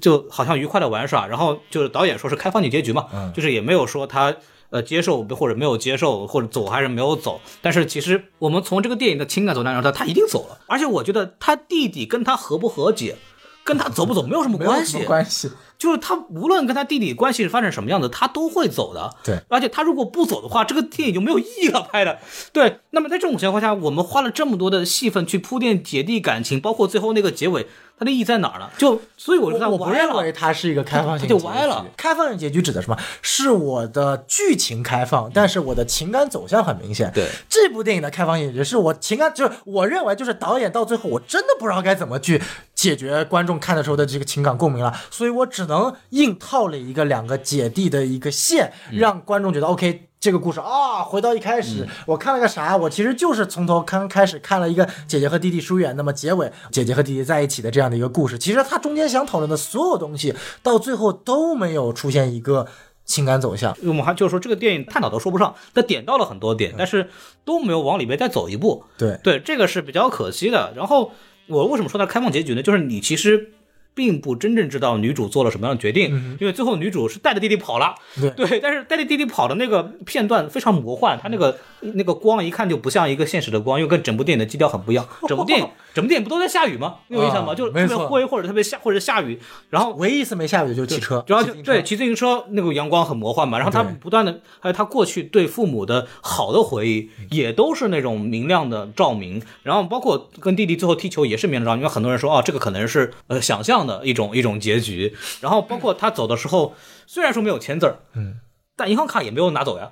Speaker 1: 就好像愉快的玩耍，然后就是导演说是开放性结局嘛，
Speaker 3: 嗯
Speaker 1: 就是也没有说他呃接受或者没有接受，或者走还是没有走。但是其实我们从这个电影的情感走向上，他他一定走了。而且我觉得他弟弟跟他和不和解，跟他走不走没有什么
Speaker 3: 没有
Speaker 1: 关
Speaker 3: 什
Speaker 1: 系，
Speaker 3: 么关系，
Speaker 1: 就是他无论跟他弟弟关系是发展什么样子，他都会走的。
Speaker 3: 对
Speaker 1: 而且他如果不走的话，这个电影就没有意义了拍的。对，那么在这种情况下，我们花了这么多的戏份去铺垫姐弟感情，包括最后那个结尾，它的意义在哪儿呢？就所以我就
Speaker 3: 我
Speaker 1: 说
Speaker 3: 我
Speaker 1: 它
Speaker 3: 不
Speaker 1: 歪
Speaker 3: 认
Speaker 1: 了
Speaker 3: 为它是一个开放
Speaker 1: 它
Speaker 3: 性
Speaker 1: 就
Speaker 3: 结局
Speaker 1: 歪了。
Speaker 3: 开放性结局指的什么？是我的剧情开放，但是我的情感走向很明显。
Speaker 1: 对，
Speaker 3: 这部电影的开放性结局是我情感，就是我认为就是导演到最后我真的不知道该怎么去解决观众看的时候的这个情感共鸣了，所以我只能硬套了一个两个姐弟的一个线，让观众觉得 OK。这个故事啊、回到一开始，我看了个啥？我其实就是从头看开始看了一个姐姐和弟弟疏远，那么结尾姐姐和弟弟在一起的这样的一个故事。其实他中间想讨论的所有东西，到最后都没有出现一个情感走向。
Speaker 1: 我们还就是说这个电影探讨都说不上，它点到了很多点，但是都没有往里边再走一步。
Speaker 3: 对
Speaker 1: 对，这个是比较可惜的。然后我为什么说它开放结局呢？就是你其实。并不真正知道女主做了什么样的决定，因为最后女主是带着弟弟跑了，
Speaker 3: 对
Speaker 1: 但是带着弟弟跑的那个片段非常
Speaker 3: [laughs] [laughs]
Speaker 1: 魔幻，它那个那个光一看就不像一个现实的光，又跟整部电影的基调很不一样。整部电影整部电影不都在下雨吗？你有印象吗？
Speaker 3: 啊
Speaker 1: 就是
Speaker 3: 没
Speaker 1: 特别
Speaker 3: 错
Speaker 1: 灰或者特别下或者下雨，然后
Speaker 3: 唯一一次没下雨的就是骑车，
Speaker 1: 然后就
Speaker 3: 骑自行车
Speaker 1: 对骑自行车那个阳光很魔幻嘛，然后他
Speaker 3: 对
Speaker 1: 不断的，还有他过去对父母的好的回忆，
Speaker 3: 嗯
Speaker 1: 也都是那种明亮的照明，然后包括跟弟弟最后踢球也是明亮照明，因为很多人说啊，这个可能是呃想象的一种一种结局，然后包括他走的时候，虽然说没有签字儿，
Speaker 3: 嗯。
Speaker 1: 但银行卡也没有拿走呀，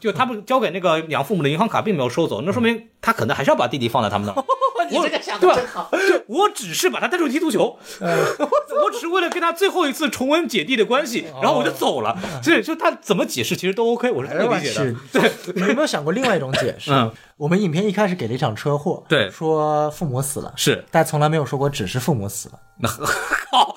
Speaker 1: 就他们交给那个养父母的银行卡并没有收走，那说明他可能还是要把弟弟放在他们那儿。
Speaker 3: [laughs] 你这个想得真好，
Speaker 1: 就我只是把他带出去踢足球， [laughs] 我只是为了跟他最后一次重温姐弟的关系，然后我就走了。所以就他怎么解释，其实都 OK，我是
Speaker 3: 哎
Speaker 1: 可以
Speaker 3: 我
Speaker 1: 理解的
Speaker 3: 去。 [laughs] 你有没有想过另外一种解释？
Speaker 1: 嗯，
Speaker 3: 我们影片一开始给了一场车祸，
Speaker 1: 对
Speaker 3: 说父母死了，
Speaker 1: 是， [laughs]
Speaker 3: 但从来没有说过只是父母死了。
Speaker 1: 靠，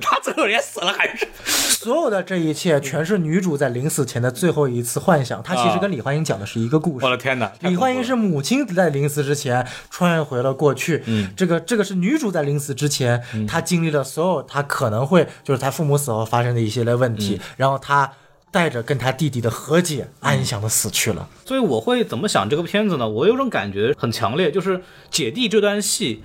Speaker 1: 他最后人家死了还是
Speaker 3: 所有的这一切全是女主在临死前的最后一次幻想。她其实
Speaker 1: 啊
Speaker 3: 跟李焕英讲的是一个故事
Speaker 1: 我。的天哪！
Speaker 3: 李焕英
Speaker 1: 太
Speaker 3: 是母亲在临死之前穿越回了过去，
Speaker 1: 嗯
Speaker 3: 这个这个是女主在临死之前，她经历了所有她可能会就是她父母死后发生的一系列问题，
Speaker 1: 嗯
Speaker 3: 然后她带着跟她弟弟的和解，安详的死去了。
Speaker 1: 恐怖了，所以我会怎么想这个片子呢？我有种感觉很强烈，就是姐弟这段戏，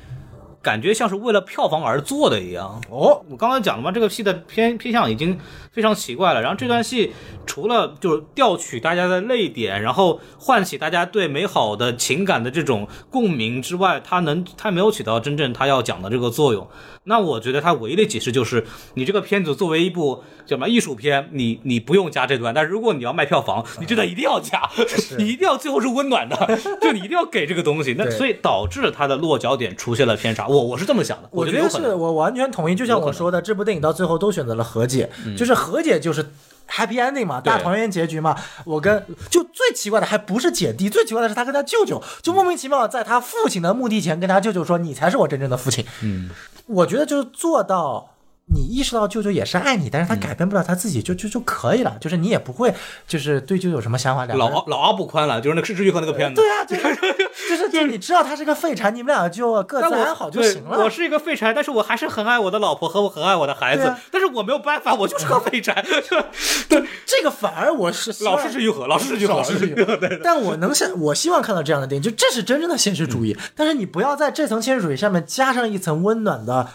Speaker 1: 感觉像是为了票房而做的一样。
Speaker 3: 哦，
Speaker 1: 我刚才讲了嘛，这个戏的偏偏向已经非常奇怪了。然后这段戏除了就是调取大家的泪点，然后唤起大家对美好的情感的这种共鸣之外，它能它没有起到真正它要讲的这个作用。那我觉得它唯一的解释就是，你这个片子作为一部叫什么艺术片，你你不用加这段，但如果你要卖票房，你这段一定要加， [laughs] 你一定要最后是温暖的， [laughs] 就你一定要给这个东西。那
Speaker 3: 对
Speaker 1: 所以导致它的落脚点出现了偏差。我我是这么想的，
Speaker 3: 我
Speaker 1: 觉
Speaker 3: 觉
Speaker 1: 得有
Speaker 3: 得
Speaker 1: 可
Speaker 3: 是
Speaker 1: 能。
Speaker 3: 我完全同意，就像我说的，这部电影到最后都选择了和解，
Speaker 1: 嗯
Speaker 3: 就是和解就是 happy ending 嘛，大团圆结局嘛。我跟就最奇怪的还不是姐弟，最奇怪的是他跟他舅舅，就莫名其妙在他父亲的墓地前跟他舅舅说：“你才是我真正的父亲。”嗯，我觉得就是做到。你意识到舅舅也是爱你，但
Speaker 1: 嗯
Speaker 3: 是他改变不了他自己，就就就可以了。就是你也不会，就是对舅舅有什么想法。两个
Speaker 1: 老
Speaker 3: 人
Speaker 1: 阿老阿不宽了，就是那个《失之愈合》那个片子
Speaker 3: 对。啊，就是
Speaker 1: [laughs]
Speaker 3: 就是就是你知道他是个废柴，你们俩就各
Speaker 1: 但
Speaker 3: 自
Speaker 1: 我
Speaker 3: 安好就
Speaker 1: 对
Speaker 3: 行了。
Speaker 1: 我是一个废柴，但是我还是很爱我的老婆和我很爱我的孩子，
Speaker 3: 对啊
Speaker 1: 但是我没有办法，我就是个废
Speaker 3: [laughs]
Speaker 1: 柴。对，
Speaker 3: 这个反而我是希望
Speaker 1: 老是之愈合，老是之愈合，
Speaker 3: 少
Speaker 1: 老
Speaker 3: 数
Speaker 1: 是
Speaker 3: 是
Speaker 1: 之愈合。对
Speaker 3: 但我能想，我希望看到这样的电影，就这是真正的现实主义。
Speaker 1: 嗯
Speaker 3: 但是你不要在这层现实主义上面加上一层温暖的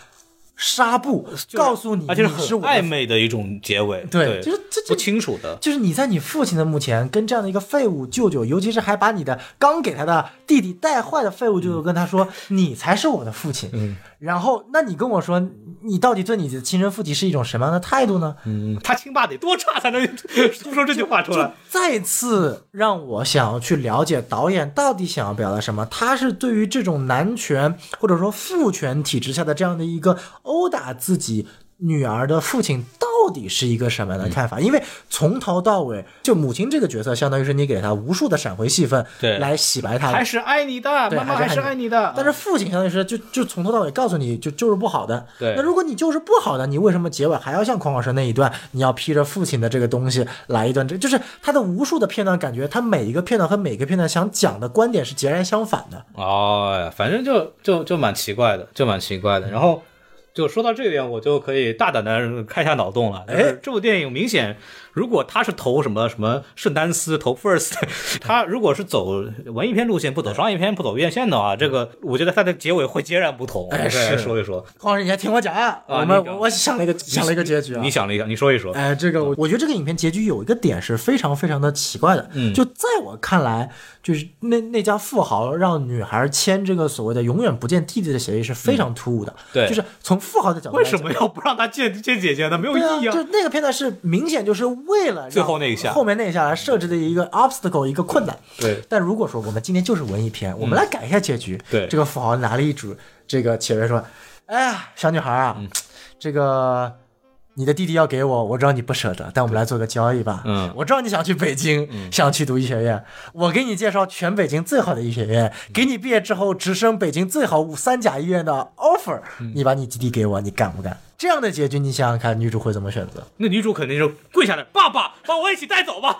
Speaker 3: 纱布，告诉你
Speaker 1: 而且是
Speaker 3: 你是
Speaker 1: 很
Speaker 3: 我的
Speaker 1: 暧昧的一种结尾，
Speaker 3: 对
Speaker 1: 对，
Speaker 3: 就是这这
Speaker 1: 不清楚的。
Speaker 3: 就是你在你父亲的墓前跟这样的一个废物舅舅，尤其是还把你的刚给他的弟弟带坏的废物舅舅跟他说，
Speaker 1: 嗯
Speaker 3: 你才是我的父亲。嗯，然后那你跟我说，你到底对你的亲生父亲是一种什么样的态度呢？
Speaker 1: 嗯，他亲爸得多差才能 [laughs] 说出这句话出
Speaker 3: 就
Speaker 1: 来？
Speaker 3: 再次让我想要去了解导演到底想要表达什么。他是对于这种男权或者说父权体制下的这样的一个殴打自己女儿的父亲，到底是一个什
Speaker 1: 嗯
Speaker 3: 么样的看法？因为从头到尾，就母亲这个角色，相当于是你给他无数的闪回戏份，
Speaker 1: 对
Speaker 3: 来洗白他的
Speaker 1: 还是爱你的，
Speaker 3: 对
Speaker 1: 妈妈
Speaker 3: 还是
Speaker 1: 是
Speaker 3: 爱
Speaker 1: 爱你的。
Speaker 3: 但是父亲相当于是就就从头到尾告诉你就就是不好的。
Speaker 1: 对
Speaker 3: 那如果你就是不好的，你为什么结尾还要像狂老师那一段，你要披着父亲的这个东西来一段？这就是他的无数的片段，感觉他每一个片段和每一个片段想讲的观点是截然相反的。
Speaker 1: 哦，哎反正就就就蛮奇怪的，就蛮奇怪
Speaker 3: 嗯
Speaker 1: 的。然后就说到这点，我就可以大胆的开一下脑洞了。哎，这部电影明显，如果他是投什么什么圣丹斯投
Speaker 3: [laughs]
Speaker 1: First，他如果是走文艺片路线，不走商业片，不走院线的话，这个我觉得他的结尾会截然不同。
Speaker 3: 嗯哎
Speaker 1: 我再
Speaker 3: 是
Speaker 1: 说一说，
Speaker 3: 狂老师，你还听我讲啊？
Speaker 1: 啊
Speaker 3: 我们
Speaker 1: 你讲
Speaker 3: 我我想了一个想了一个结局啊。
Speaker 1: 你想了一下，你说一说。
Speaker 3: 哎，这个我我觉得这个影片结局有一个点是非常非常的奇怪的，
Speaker 1: 嗯
Speaker 3: 就在我看来，就是那那家富豪让女孩签这个所谓的永远不见弟弟的协议是非常突兀的，
Speaker 1: 嗯对
Speaker 3: 就是从富豪的角度来
Speaker 1: 为
Speaker 3: 讲
Speaker 1: 什么要不让他见见姐姐呢？没有
Speaker 3: 对
Speaker 1: 意义
Speaker 3: 啊，就那个片段是明显就是为了让
Speaker 1: 最后那一下嗯
Speaker 3: 后面那一下来设置的一个 obstacle 一个困难。
Speaker 1: 对
Speaker 3: 但如果说我们今天就是文艺片，我们来改一下结局。
Speaker 1: 对
Speaker 3: 这个富豪拿了一组这个钱来说：“哎呀，小女孩啊，这个你的弟弟要给我，我知道你不舍得，但我们来做个交易吧。
Speaker 1: 嗯
Speaker 3: 我知道你想去北京，想去读医学院，我给你介绍全北京最好的医学院，给你毕业之后直升北京最好五三甲医院的 offer，、你把你弟弟给我，你敢不敢？”这样的结局，你想想看，女主会怎么选择？
Speaker 1: 那女主肯定是跪下来，爸爸把我一起带走吧，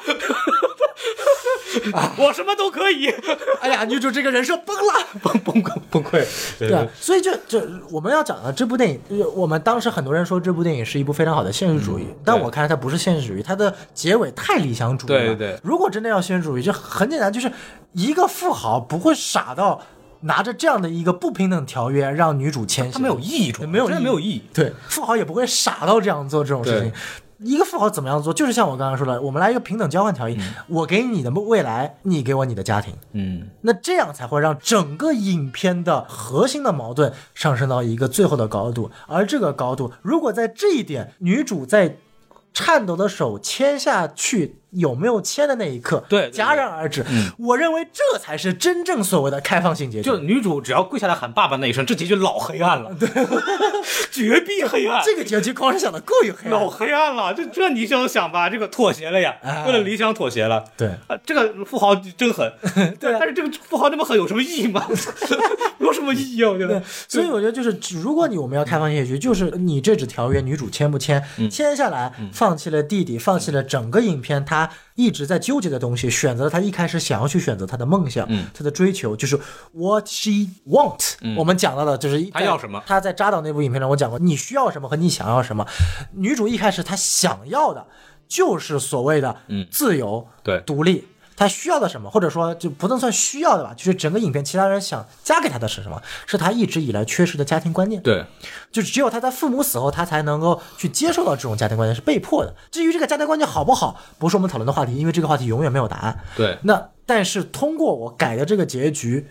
Speaker 1: [laughs] 我什么都可以。
Speaker 3: [laughs] 哎呀，女主这个人设崩了。
Speaker 1: 崩崩溃 [laughs] 崩溃，对
Speaker 3: 对啊，所以就就我们要讲的这部电影，呃我们当时很多人说这部电影是一部非常好的现实
Speaker 1: 嗯
Speaker 3: 主义，但我看来它不是现实主义，它的结尾太理想主义了。
Speaker 1: 对对
Speaker 3: 如果真的要现实主义，就很简单，就是一个富豪不会傻到拿着这样的一个不平等条约让女主签
Speaker 1: 他
Speaker 3: 下，
Speaker 1: 没有意义，主要
Speaker 3: 没有
Speaker 1: 真的
Speaker 3: 意义
Speaker 1: 没有意义。
Speaker 3: 对，富豪也不会傻到这样做这种事情
Speaker 1: 对。
Speaker 3: 一个富豪怎么样做？就是像我刚刚说的，我们来一个平等交换条约，我给你的未来，你给我你的家庭，
Speaker 1: 嗯，
Speaker 3: 那这样才会让整个影片的核心的矛盾上升到一个最后的高度。而这个高度，如果在这一点，女主在颤抖的手牵下去有没有牵的那一刻，
Speaker 4: 对对对
Speaker 3: 戛然而止。我认为这才是真正所谓的开放性结局。
Speaker 4: 就女主只要跪下来喊爸爸那一声，这结局老黑暗了， [laughs] 绝壁黑暗，
Speaker 3: 这个结局，光是想的过于黑暗
Speaker 4: 老
Speaker 3: 了。
Speaker 4: 黑暗了。这这你想想吧，这个妥协了呀，
Speaker 3: 哎
Speaker 4: 为了理想妥协了。
Speaker 3: 对
Speaker 4: 啊，这个富豪真狠，
Speaker 3: 对啊
Speaker 4: 但是这个富豪这么狠有什么意义吗？ [laughs] 有什么意义啊？我觉得
Speaker 3: 对，，所以我觉得就是，如果你我们要开放性结局，就是你这纸条约女主签不签，
Speaker 1: 嗯
Speaker 3: 签下来，放弃了弟弟，放弃了整个影片她一直在纠结的东西，选择了她一开始想要去选择她的梦想，
Speaker 1: 嗯
Speaker 3: 她的追求，就是 what she want。我们讲到的就是
Speaker 1: 她要什么
Speaker 3: 她在扎导那部影片中我讲过，你需要什么和你想要什么。女主一开始她想要的就是所谓的自由，
Speaker 1: 嗯对
Speaker 3: 独立。她需要的什么，或者说就不能算需要的吧，就是整个影片其他人想加给她的是什么，是她一直以来缺失的家庭观念。
Speaker 1: 对，
Speaker 3: 就只有她在父母死后，她才能够去接受到这种家庭观念是被迫的。至于这个家庭观念好不好，不是我们讨论的话题，因为这个话题永远没有答案。
Speaker 1: 对
Speaker 3: 那但是通过我改的这个结局，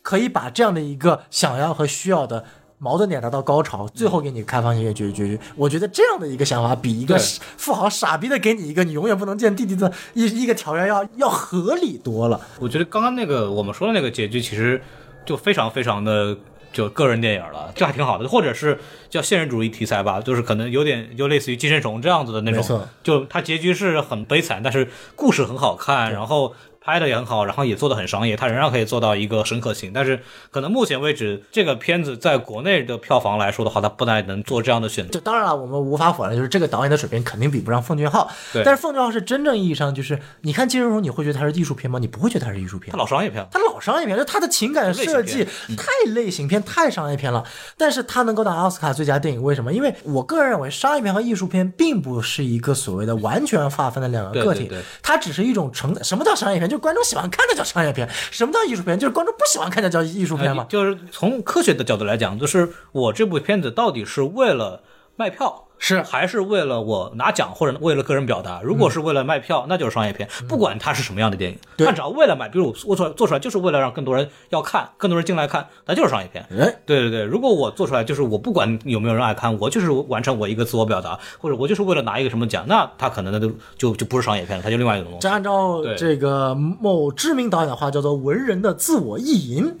Speaker 3: 可以把这样的一个想要和需要的矛盾点达到高潮，最后给你开放性一个结局。我觉得这样的一个想法，比一个
Speaker 1: 对
Speaker 3: 富豪傻逼的给你一个你永远不能见弟弟的一一个条约要要合理多了。
Speaker 1: 我觉得刚刚那个我们说的那个结局，其实就非常非常的就个人电影了，这还挺好的，或者是叫现实主义题材吧，就是可能有点就类似于寄生虫这样子的那
Speaker 3: 没错
Speaker 1: 种，就它结局是很悲惨，但是故事很好看，然后。拍的也很好，然后也做的很商业，它仍然可以做到一个深刻性。但是，可能目前为止，这个片子在国内的票房来说的话，它不太能做这样的选择。
Speaker 3: 就当然了，我们无法否认，就是这个导演的水平肯定比不上奉俊昊。
Speaker 1: 对
Speaker 3: 但是奉俊昊是真正意义上就是，你看《金融虫》，你会觉得它是艺术片吗？你不会觉得它是艺术片
Speaker 1: 它。老商业片，
Speaker 3: 他老商业片，就他的情感设计太类嗯型片、太商业片了。但是他能够拿奥斯卡最佳电影，为什么？因为我个人认为，商业片和艺术片并不是一个所谓的完全划分的两个
Speaker 1: 对
Speaker 3: 个体，
Speaker 1: 对对
Speaker 3: 它只是一种承载。什么叫商业片？就是观众喜欢看的叫商业片；什么叫艺术片？就是观众不喜欢看的叫艺术片嘛。
Speaker 1: 就是从科学的角度来讲，就是我这部片子到底是为了卖票。
Speaker 3: 是
Speaker 1: 还是为了我拿奖，或者为了个人表达？如果是为了卖票，那就是商业片，不管它是什么样的电影，
Speaker 3: 对
Speaker 1: 它只要为了买，比如我做出来做出来就是为了让更多人要看，更多人进来看，那就是商业片。
Speaker 3: 哎，
Speaker 1: 对对对，如果我做出来就是我不管有没有人爱看，我就是完成我一个自我表达，或者我就是为了拿一个什么奖，那它可能那就就就不是商业片了，它就另外一种东西
Speaker 3: 这。按照
Speaker 1: 对
Speaker 3: 这个某知名导演的话，叫做“文人的自我意淫”。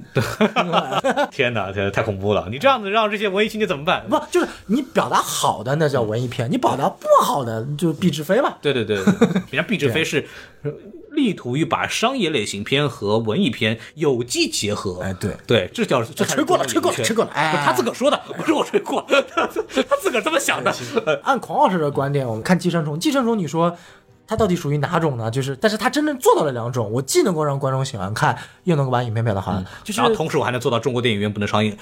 Speaker 1: 天哪，这太恐怖了！你这样子让这些文艺青年怎么办？
Speaker 3: 不，就是你表达好的那叫文艺片，你表达不好的就是毕志飞嘛。
Speaker 1: 对对对，对人家毕志飞是呃力图于把商业类型片和文艺片有机结 [laughs] 合。
Speaker 3: 哎对
Speaker 1: 对，这叫这才是
Speaker 3: 吹过了
Speaker 1: 中
Speaker 3: 吹
Speaker 1: 国
Speaker 3: 过了
Speaker 1: 文艺圈
Speaker 3: 吹过了哎
Speaker 1: 不是他自个儿说 [laughs] 的，不是我吹过，他他自个儿这么想的。
Speaker 3: 按孔老师的观点，我们看《寄生虫》，《寄生虫》你说它到底属于哪种呢？就是，但是它真正做到了两种，我既能够让观众喜欢看，又能够把影片表达好，就是
Speaker 1: 嗯然后同时我还能做到中国电影院不能上映。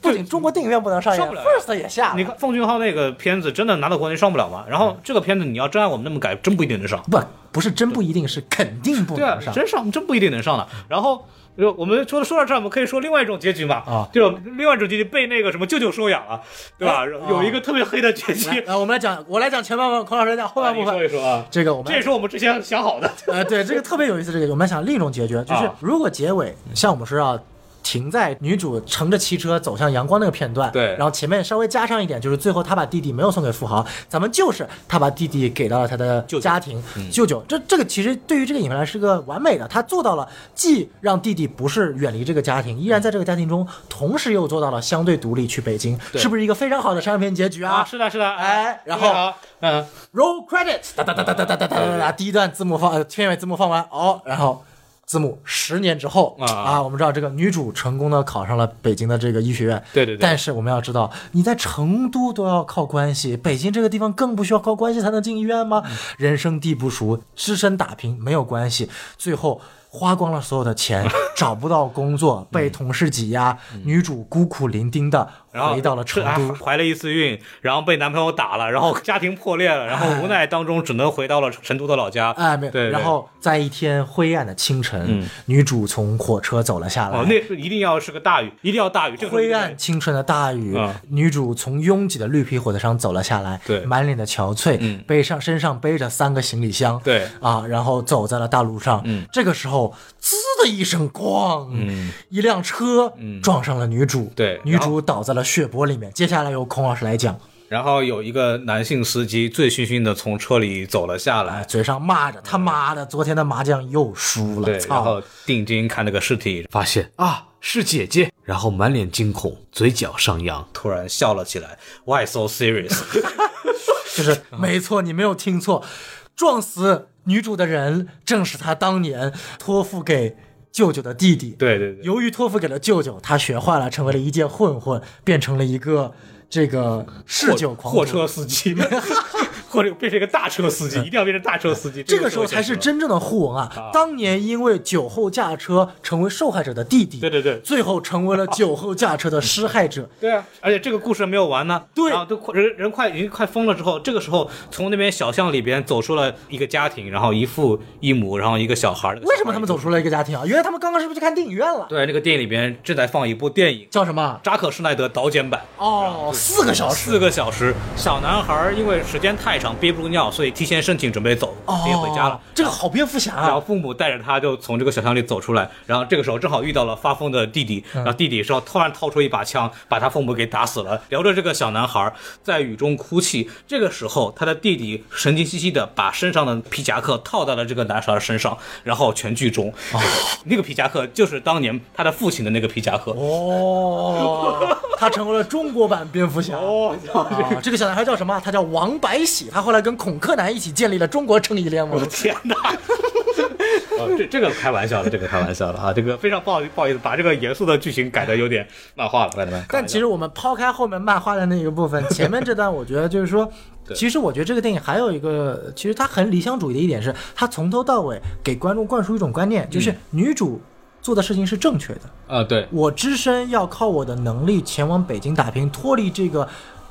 Speaker 3: 不仅中国电影院不能上映
Speaker 1: 上不了
Speaker 3: ，First 也下
Speaker 1: [laughs] 你
Speaker 3: 了。
Speaker 1: 看奉俊昊那个片子真的拿到国内上不了吗？然后这个片子你要真按我们那么改，真不一定能上。
Speaker 3: 不，不是真不一定是肯定不
Speaker 1: 对啊
Speaker 3: 能，上。
Speaker 1: 真上真不一定能上的。然后。呃我们说说到这儿，我们可以说另外一种结局嘛，
Speaker 3: 啊
Speaker 1: 就是另外一种结局被那个什么舅舅收养了，对吧？有一个特别黑的结 [laughs]
Speaker 3: 来
Speaker 1: 局，，
Speaker 3: 呃来我们来讲，我来讲前半部分，孔老师来讲后半部
Speaker 1: 你说一
Speaker 3: 分。
Speaker 1: 说 [laughs] 啊，
Speaker 3: 这个我们
Speaker 1: 这也是我们之前想好的。
Speaker 3: [laughs] 呃，对，这个特别有意思。这个我们想另一种结局，就是
Speaker 1: 啊
Speaker 3: 如果结尾像我们说要停在女主乘着汽车走向阳光那个片段，
Speaker 1: 对
Speaker 3: 然后前面稍微加上一点，就是最后她把弟弟没有送给富豪，咱们就是她把弟弟给到了她的
Speaker 1: 舅舅嗯
Speaker 3: 家庭舅舅。这这个其实对于这个影片来说是个完美的，她做到了既让弟弟不是远离这个家庭，依然在这个家庭中，同时又做到了相对独立去北京，
Speaker 1: 对
Speaker 3: 是不是一个非常好的商业片结局啊？
Speaker 1: 是的，是的，
Speaker 3: 哎然后
Speaker 1: 对啊嗯，
Speaker 3: roll credits，哒哒哒哒哒哒哒哒哒哒，第一段字幕放，呃片尾字幕放完，哦，然后字幕十年之后
Speaker 1: 啊
Speaker 3: 啊，我们知道这个女主成功的考上了北京的这个医学院，
Speaker 1: 对对对
Speaker 3: 但是我们要知道，你在成都都要靠关系，北京这个地方更不需要靠嗯关系才能进医院吗？人生地不熟，只身打拼没有关系，最后。花光了所有的 [laughs] 钱，找不到工作，被同事挤压，女主孤苦伶仃的
Speaker 1: 然后
Speaker 3: 回到了成
Speaker 1: 啊
Speaker 3: 都。
Speaker 1: 怀了一次孕，然后被男朋友打了，然后家庭破裂了，然后无奈当中只能回到了成都的老家。
Speaker 3: 哎，没有。
Speaker 1: 对对
Speaker 3: 然后在一天灰暗的清晨，女主从火车走了下来。
Speaker 1: 哦，那一定要是个大雨，一定要大雨，这个
Speaker 3: 灰暗清纯的大雨，
Speaker 1: 嗯
Speaker 3: 女主从拥挤的绿皮火车上走了下来，
Speaker 1: 对
Speaker 3: 满脸的憔悴，
Speaker 1: 嗯
Speaker 3: 背上身上背着三个行李箱，
Speaker 1: 对
Speaker 3: 啊，然后走在了大路上，嗯，这个时候滋的一声咣，嗯，一辆车撞上了女主，
Speaker 1: 嗯对
Speaker 3: 女
Speaker 1: 然后
Speaker 3: 主倒在了血泊里面。接下来由孔老师来讲，
Speaker 1: 然后有一个男性司机醉醺醺的从车里走了下来
Speaker 3: 哎，，嘴上骂着他妈的，昨天的麻将又输
Speaker 1: 嗯对
Speaker 3: 了，，
Speaker 1: 然
Speaker 3: 操
Speaker 1: 后！定睛看那个尸体，发现啊是姐姐，然后满脸惊恐，嘴角上扬，突然笑了起来。Why so serious？ [laughs]
Speaker 3: 就是
Speaker 1: 啊
Speaker 3: 没错，你没有听错，撞死女主的人正是她当年托付给舅舅的弟弟。
Speaker 1: 对对
Speaker 3: [laughs]
Speaker 1: 对，
Speaker 3: 由于托付给了舅舅，他学坏了，成为了一介混混，变成了一个这个嗜酒狂
Speaker 1: 货
Speaker 3: 徒
Speaker 1: 车司机， [laughs] 或者变成一个大车司
Speaker 3: [laughs]
Speaker 1: 机，一定要变成大车司机。
Speaker 3: 这
Speaker 1: 个
Speaker 3: 个时候才
Speaker 1: 社
Speaker 3: 是
Speaker 1: 会现实
Speaker 3: 真正的互文啊！当年因为酒后驾车成为受害者的弟弟，
Speaker 1: 对对对
Speaker 3: 最后成为了酒后驾车的施害者。
Speaker 1: 对啊，而且这个故事还没有完呢。
Speaker 3: 对
Speaker 1: 然后都快人人快已经快疯了之后，这个时候从那边小巷里边走出了一个家庭，然后一父一母，然后一个小孩儿。那个小孩儿
Speaker 3: 为什么他们走出了一个家庭啊？原来他们刚刚是不是去看电影院了？
Speaker 1: 对，那个电影里边正在放一部电影，
Speaker 3: 叫什么？
Speaker 1: 扎克施耐德导剪版。
Speaker 3: 哦，四个小时。
Speaker 1: 四个小时，小男孩儿因为时间太长憋不住尿，所以提前申请准备走，
Speaker 3: 哦，
Speaker 1: 憋回家了。
Speaker 3: 这个好蝙蝠侠
Speaker 1: 然后
Speaker 3: 啊！
Speaker 1: 父母带着他就从这个小巷里走出来，然后这个时候正好遇到了发疯的弟弟，然后弟弟是要突然掏出一把枪，把他父母给打死了。聊着这个小男孩在雨中哭泣，这个时候他的弟弟神经兮兮的把身上的皮夹克套在了这个男孩身上，然后全剧终。 [laughs] 那个皮夹克就是当年他的父亲的那个皮夹克。
Speaker 3: 哦，他成为了中国版蝙蝠侠。哦，这个小男孩叫什么？他叫王白喜，他后来跟孔柯南一起建立了中国正义联盟。
Speaker 1: 天哪！哦，这这个开玩笑的，这个开玩笑的啊，这个非常不好不好意思，把这个严肃的剧情改的有点漫画了，朋友们。
Speaker 3: 但其实我们抛开后面漫画的那个部分，前面这段我觉得就是 [laughs] 说，其实我觉得这个电影还有一个，其实它很理想主义的一点是，它从头到尾给观众灌输一种观念，就是女主。做的事情是正确的，
Speaker 1: 啊，对，
Speaker 3: 我只身要靠我的能力前往北京打拼，脱离这个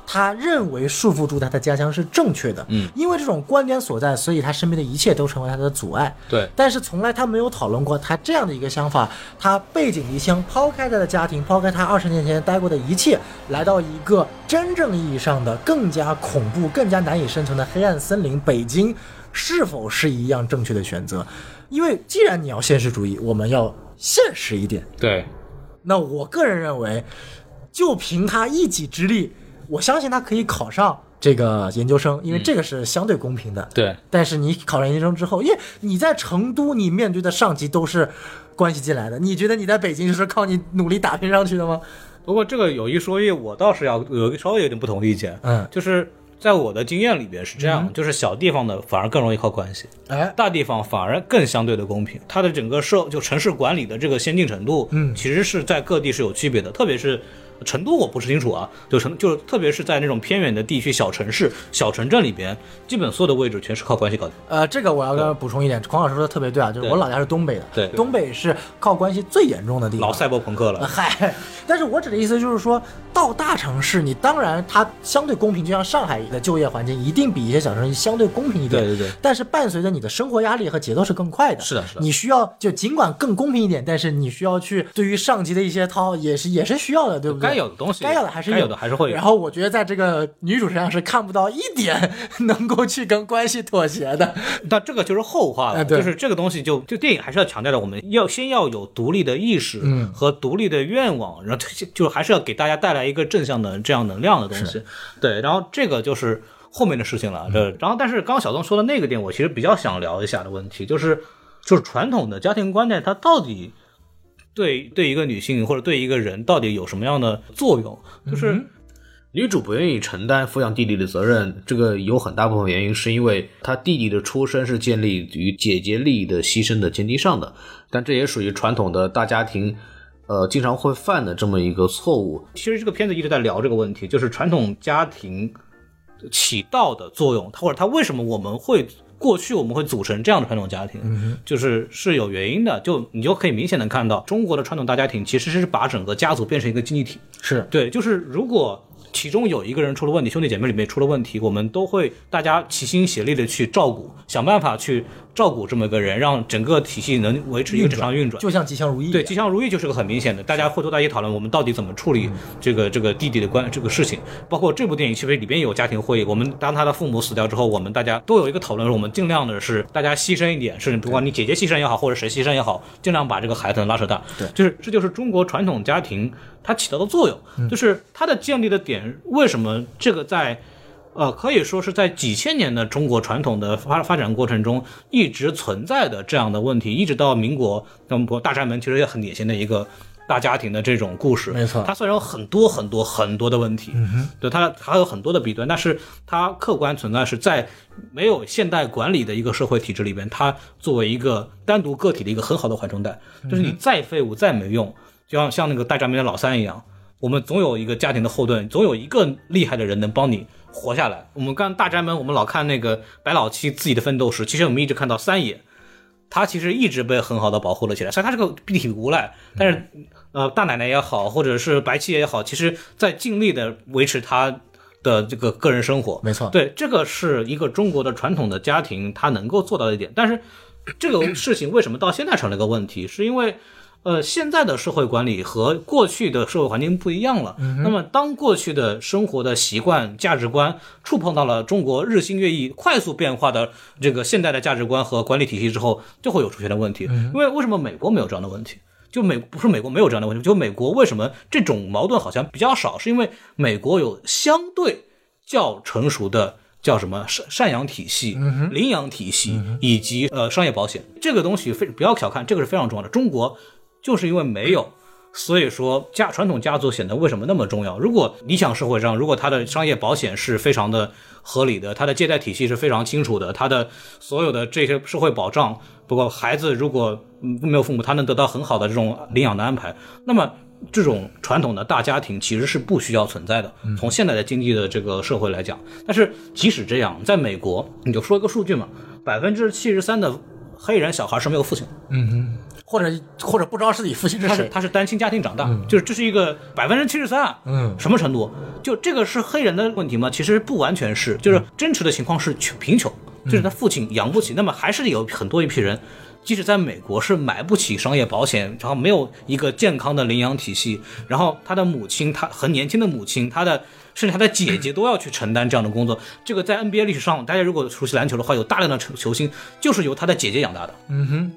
Speaker 3: 他认为束缚住他的家乡是正确的。嗯，因为这种观点所在，所以他身边的一切都成为他的阻碍。
Speaker 1: 对
Speaker 3: 但是从来他没有讨论过他这样的一个想法，他背井离乡，抛开他的家庭，抛开他二十年前待过的一切，来到一个真正意义上的更加恐怖、更加难以生存的黑暗森林——北京，是否是一样正确的选择？因为既然你要现实主义，我们要现实一点。
Speaker 1: 对，
Speaker 3: 那我个人认为，就凭他一己之力，我相信他可以考上这个研究生，因为这个是相对公平的。
Speaker 1: 嗯对
Speaker 3: 但是你考上研究生之后，因为你在成都，你面对的上级都是关系进来的，你觉得你在北京就是靠你努力打拼上去的吗？
Speaker 1: 不过这个有一说一，我倒是要有稍微有点不同的意见，
Speaker 3: 嗯
Speaker 1: 就是在我的经验里边是这样，就是小地方的反而更容易靠关系，
Speaker 3: 哎，
Speaker 1: 大地方反而更相对的公平，它的整个社就城市管理的这个先进程度，嗯，其实是在各地是有区别的，特别是。成都我不是清楚啊，就成就是特别是在那种偏远的地区、小城市、小城镇里边，基本所有的位置全是靠关系搞定。
Speaker 3: 呃，这个我要跟他补充一点，孔老师说的特别对啊，就是
Speaker 1: 对
Speaker 3: 我老家是东北的，
Speaker 1: 对
Speaker 3: 东北是靠关系最严重的地方，
Speaker 1: 老赛博朋克了，
Speaker 3: [laughs] 嗨，但是我指的意思就是说，到大城市，你当然它相对公平，就像上海的就业环境一定比一些小城市相对公平一点。
Speaker 1: 对对对。
Speaker 3: 但是伴随着你的生活压力和节奏是更快的。
Speaker 1: 是的是的
Speaker 3: 你需要就尽管更公平一点，但是你需要去对于上级的一些掏也是也是需要的，对不对？
Speaker 1: 该有的东西
Speaker 3: 该有的还是
Speaker 1: 该有的还是会有
Speaker 3: 然后我觉得在这个女主身上是看不到一点 [laughs] 能够去跟关系妥协的。
Speaker 1: [laughs] 但这个就是后话了，
Speaker 3: 哎对
Speaker 1: 就是这个东西就就电影还是要强调的，我们要先要有独立的意识
Speaker 3: 嗯
Speaker 1: 和独立的愿望，然后就就是还是要给大家带来一个正向的这样能量的东西。对，然后这个就是后面的事情
Speaker 3: 嗯
Speaker 1: 了。这然后但是刚刚小东说的那个点，我其实比较想聊一下的问题，就是就是传统的家庭观念它到底对对一个女性或者对一个人到底有什么样的作用？
Speaker 3: 嗯
Speaker 1: 就是。
Speaker 5: 女主不愿意承担抚养弟弟的责任，这个有很大部分原因是因为她弟弟的出身是建立于姐姐利益的牺牲的前提上的，但这也属于传统的大家庭，呃，经常会犯的这么一个错误。
Speaker 1: 其实这个片子一直在聊这个问题，就是传统家庭起到的作用，它或者它为什么我们会过去我们会组成这样的传统家庭，就是是有原因的。就你就可以明显能看到，中国的传统大家庭其实是把整个家族变成一个经济体。
Speaker 3: 是
Speaker 1: 对，就是如果其中有一个人出了问题，兄弟姐妹里面出了问题，我们都会大家齐心协力的去照顾，想办法去照顾这么一个人，让整个体系能维持一个正常运转。
Speaker 3: 就像吉祥如意一样，
Speaker 1: 对，吉祥如意啊就是个嗯很明显的，大家会多大一起讨论我们到底怎么处理这个这个弟弟的关这个事情。包括这部电影其实里边有家庭会议，我们当他的父母死掉之后，我们大家都有一个讨论，我们尽量的是大家牺牲一点，是不管你姐姐牺牲也好，或者谁牺牲也好，尽量把这个孩子拉扯大。对，就是这就是中国传统家庭它起到的作用，就是它的建立的点为什么这个在。呃，可以说是在几千年的中国传统的发发展过程中一直存在的这样的问题，一直到民国，那么大宅门其实也很典型的一个大家庭的这种故事。
Speaker 3: 没错嗯
Speaker 1: 它虽然有很多很多很多的问题，对它还有很多的弊端，但是它客观存在是在没有现代管理的一个社会体制里边，它作为一个单独个体的一个很好的缓冲带，就是
Speaker 3: 嗯
Speaker 1: 你再废物再没用，就像像那个大宅门的老三一样。我们总有一个家庭的后盾，总有一个厉害的人能帮你活下来。我们看大宅门，我们老看那个白老七自己的奋斗史，其实我们一直看到三爷，他其实一直被很好的保护了起来。虽然他是个碧体无赖，但是呃，大奶奶也好，或者是白七爷也好，其实在尽力的维持他的这个个人生活。
Speaker 3: 没错
Speaker 1: 对，这个是一个中国的传统的家庭，他能够做到的一点。但是这个事情为什么到现在成了一个问题，是因为。呃，现在的社会管理和过去的社会环境不一样了。那么，当过去的生活的习惯、价值观触碰到了中国日新月异、快速变化的这个现代的价值观和管理体系之后，就会有出现的问题。因为为什么美国没有这样的问题？就美不是美国没有这样的问题，就美国为什么这种矛盾好像比较少？是因为美国有相对较成熟的叫什么赡赡养体系、领养体系以及呃商业保险这个东西非不要小看，这个是非常重要的。中国就是因为没有，所以说家传统家族显得为什么那么重要？如果理想社会上，如果它的商业保险是非常的合理的，它的借贷体系是非常清楚的，它的所有的这些社会保障，包括孩子如果嗯没有父母，他能得到很好的这种领养的安排，那么。这种传统的大家庭其实是不需要存在的。从现在的经济的这个社会来讲，但是即使这样，在美国，你就说一个数据嘛，百分之七十三的黑人小孩是没有父亲的。
Speaker 3: 或者或者不知道是自己父亲是
Speaker 1: 他
Speaker 3: 谁
Speaker 1: 是，他是单亲家庭长大，就是这是一个百分之七十三，啊
Speaker 3: 嗯
Speaker 1: 什么程度？就这个是黑人的问题吗？其实不完全
Speaker 3: 嗯
Speaker 1: 是，就是真实的情况是穷贫穷，就是他父亲养不起，那么还是有很多一批人。即使在美国是买不起商业保险，然后没有一个健康的领养体系，然后他的母亲，他很年轻的母亲，他的甚至他的姐姐都要去承担这样的工作。这个在 NBA 历史上，大家如果熟悉篮球的话，有大量的球球星就是由他的姐姐养大的。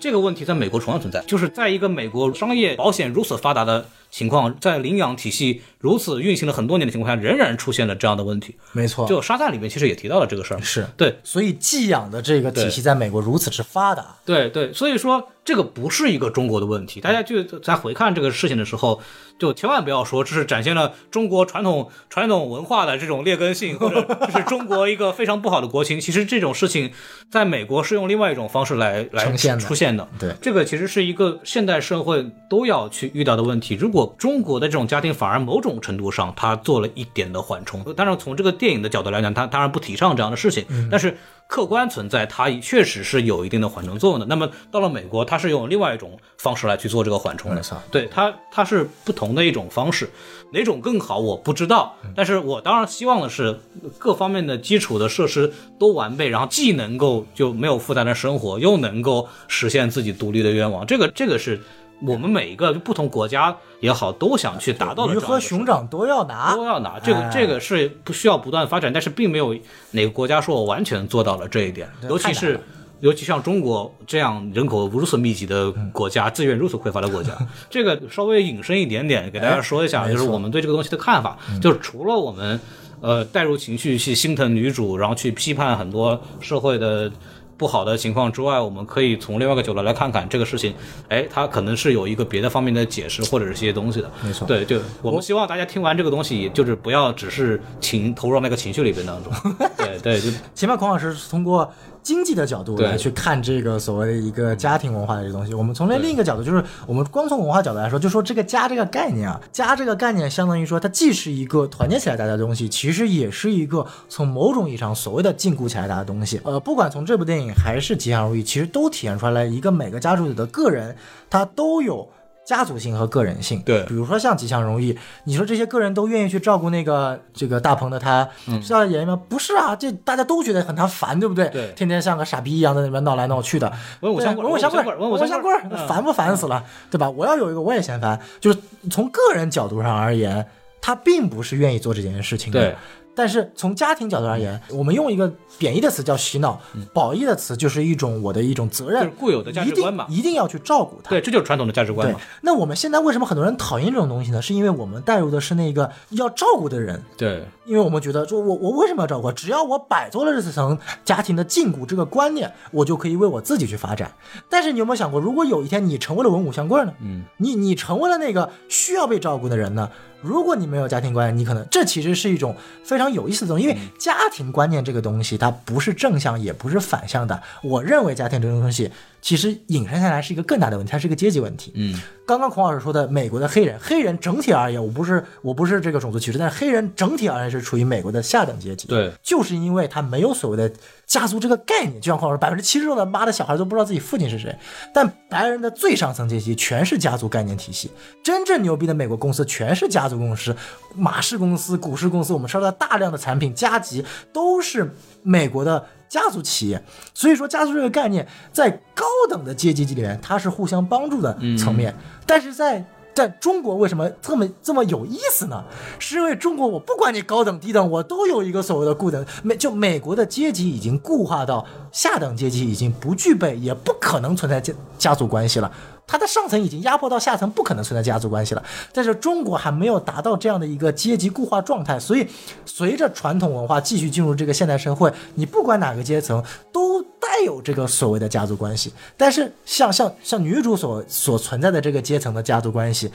Speaker 1: 这个问题在美国同样存在，就是在一个美国商业保险如此发达的情况，在领养体系如此运行了很多年的情况下，仍然出现了这样的问题。
Speaker 3: 没错，
Speaker 1: 就沙赞里面其实也提到了这个事儿，
Speaker 3: 是
Speaker 1: 对
Speaker 3: 所以寄养的这个体系在美国如此之发达，
Speaker 1: 对对，所以说这个不是一个中国的问题。大家就在回看这个事情的时候，就千万不要说这是展现了中国传统传统文化的这种劣根性，或者这是中国一个非常不好的国情。其实这种事情在美国是用另外一种方式来来
Speaker 3: 呈现的
Speaker 1: 出现的。
Speaker 3: 对
Speaker 1: 这个其实是一个现代社会都要去遇到的问题。如果中国的这种家庭反而某种程度上它做了一点的缓冲，当然从这个电影的角度来讲，它当然不提倡这样的事情，
Speaker 3: 嗯
Speaker 1: 但是客观存在，它也确实是有一定的缓冲作用的。那么到了美国，它是用另外一种方式来去做这个缓冲
Speaker 3: 没
Speaker 1: 的
Speaker 3: 错，
Speaker 1: 对它它是不同的一种方式，哪种更好我不知道，
Speaker 3: 嗯
Speaker 1: 但是我当然希望的是各方面的基础的设施都完备，然后既能够就没有负担的生活，又能够实现自己独立的愿望，这个这个是我们每一个不同国家也好都想去达到的这
Speaker 3: 鱼
Speaker 1: 样的
Speaker 3: 和
Speaker 1: 事情
Speaker 3: 熊掌都要拿
Speaker 1: 都。要拿。这个
Speaker 3: 哎
Speaker 1: 这个是不需要不断发展，但是并没有哪个国家说我完全做到了这一点，
Speaker 3: 对
Speaker 1: 尤其
Speaker 3: 太难
Speaker 1: 是
Speaker 3: 了。
Speaker 1: 尤其像中国这样人口如此密集的国家，资源如此匮乏的国
Speaker 3: [laughs]
Speaker 1: 家，这个稍微引申一点点，给大家说一下，
Speaker 3: 哎
Speaker 1: 就是
Speaker 3: 没错嗯
Speaker 1: 我们对这个东西的看法，就是除了我们呃带入情绪去心疼女主，然后去批判很多社会的不好的情况之外，我们可以从另外一个角度来看看这个事情，哎，它可能是有一个别的方面的解释或者是一些东西的，
Speaker 3: 没错
Speaker 1: 对，就
Speaker 3: [laughs]
Speaker 1: 我们希望大家听完这个东西，就是不要只是情投入到那个情绪里边当中。对，对对，就
Speaker 3: 前面孔老师是通过经济的角度来
Speaker 1: 对
Speaker 3: 去看这个所谓的一个家庭文化的这东西，我们从另一个角度，就是我们光从文化角度来说，就说这个家这个概念啊，家这个概念相当于说它既是一个团结起来大家的东西，其实也是一个从某种意义上所谓的禁锢起来大家的东西。呃，不管从这部电影还是《吉祥如意》，其实都体现出来一个每个家族里的个人，他都有。家族性和个人性，
Speaker 1: 对
Speaker 3: 比如说像吉祥如意，你说这些个人都愿意去照顾那个这个大鹏的他，
Speaker 1: 嗯
Speaker 3: 是他的演员吗？不是啊，这大家都觉得很他烦，对不对？
Speaker 1: 对
Speaker 3: 天天像个傻逼一样在那边闹来闹去的，
Speaker 1: 文武
Speaker 3: 对
Speaker 1: 相棍
Speaker 3: 文武相
Speaker 1: 文武相棍
Speaker 3: 棍，
Speaker 1: 文武
Speaker 3: 相
Speaker 1: 相
Speaker 3: 棍
Speaker 1: 棍嗯
Speaker 3: 烦不烦死了，对吧？我要有一个我也嫌烦，就是从个人角度上而言，他并不是愿意做这件事情的。
Speaker 1: 对
Speaker 3: 但是从家庭角度而言，我们用一个贬义的词叫洗脑，褒义的词就是一种我的一种责
Speaker 1: 嗯
Speaker 3: 任，
Speaker 1: 就是固有的价值观嘛
Speaker 3: 一定一定要去照顾他。
Speaker 1: 对，这就是传统的价值观
Speaker 3: 对
Speaker 1: 嘛。，
Speaker 3: 那我们现在为什么很多人讨厌这种东西呢？是因为我们带入的是那个要照顾的人，
Speaker 1: 对
Speaker 3: 因为我们觉得说我我为什么要照顾啊？只要我摆脱了这层家庭的禁锢这个观念，我就可以为我自己去发展。但是你有没有想过，如果有一天你成为了文武相棍呢？嗯，你你成为了那个需要被照顾的人呢？如果你没有家庭观念，你可能这其实是一种非常有意思的东西，因为家庭观念这个东西它不是正向也不是反向的。我认为家庭这种东西其实引申下来是一个更大的问题，它是一个阶级问题。嗯，刚刚孔老师说的美国的黑人，黑人整体而言，我不是我不是这个种族歧视，但是黑人整体而言是处于美国的下等阶级。
Speaker 1: 对，
Speaker 3: 就是因为他没有所谓的家族这个概念，就像孔老师，百分之七十的妈的小孩都不知道自己父亲是谁。但白人的最上层阶级全是家族概念体系，真正牛逼的美国公司全是家族公司，马氏公司、股市公司，我们收到大量的产品加急都是美国的。家族企业，所以说家族这个概念在高等的阶级里面，它是互相帮助的层面，但是在在中国为什么这么这么有意思呢？是因为中国我不管你高等低等，我都有一个所谓的固等。美就美国的阶级已经固化到下等阶级已经不具备，也不可能存在家家族关系了。它的上层已经压迫到下层，不可能存在家族关系了。但是中国还没有达到这样的一个阶级固化状态，所以随着传统文化继续进入这个现代社会，你不管哪个阶层都带有这个所谓的家族关系。但是像像像女主所所存在的这个阶层的家族关系，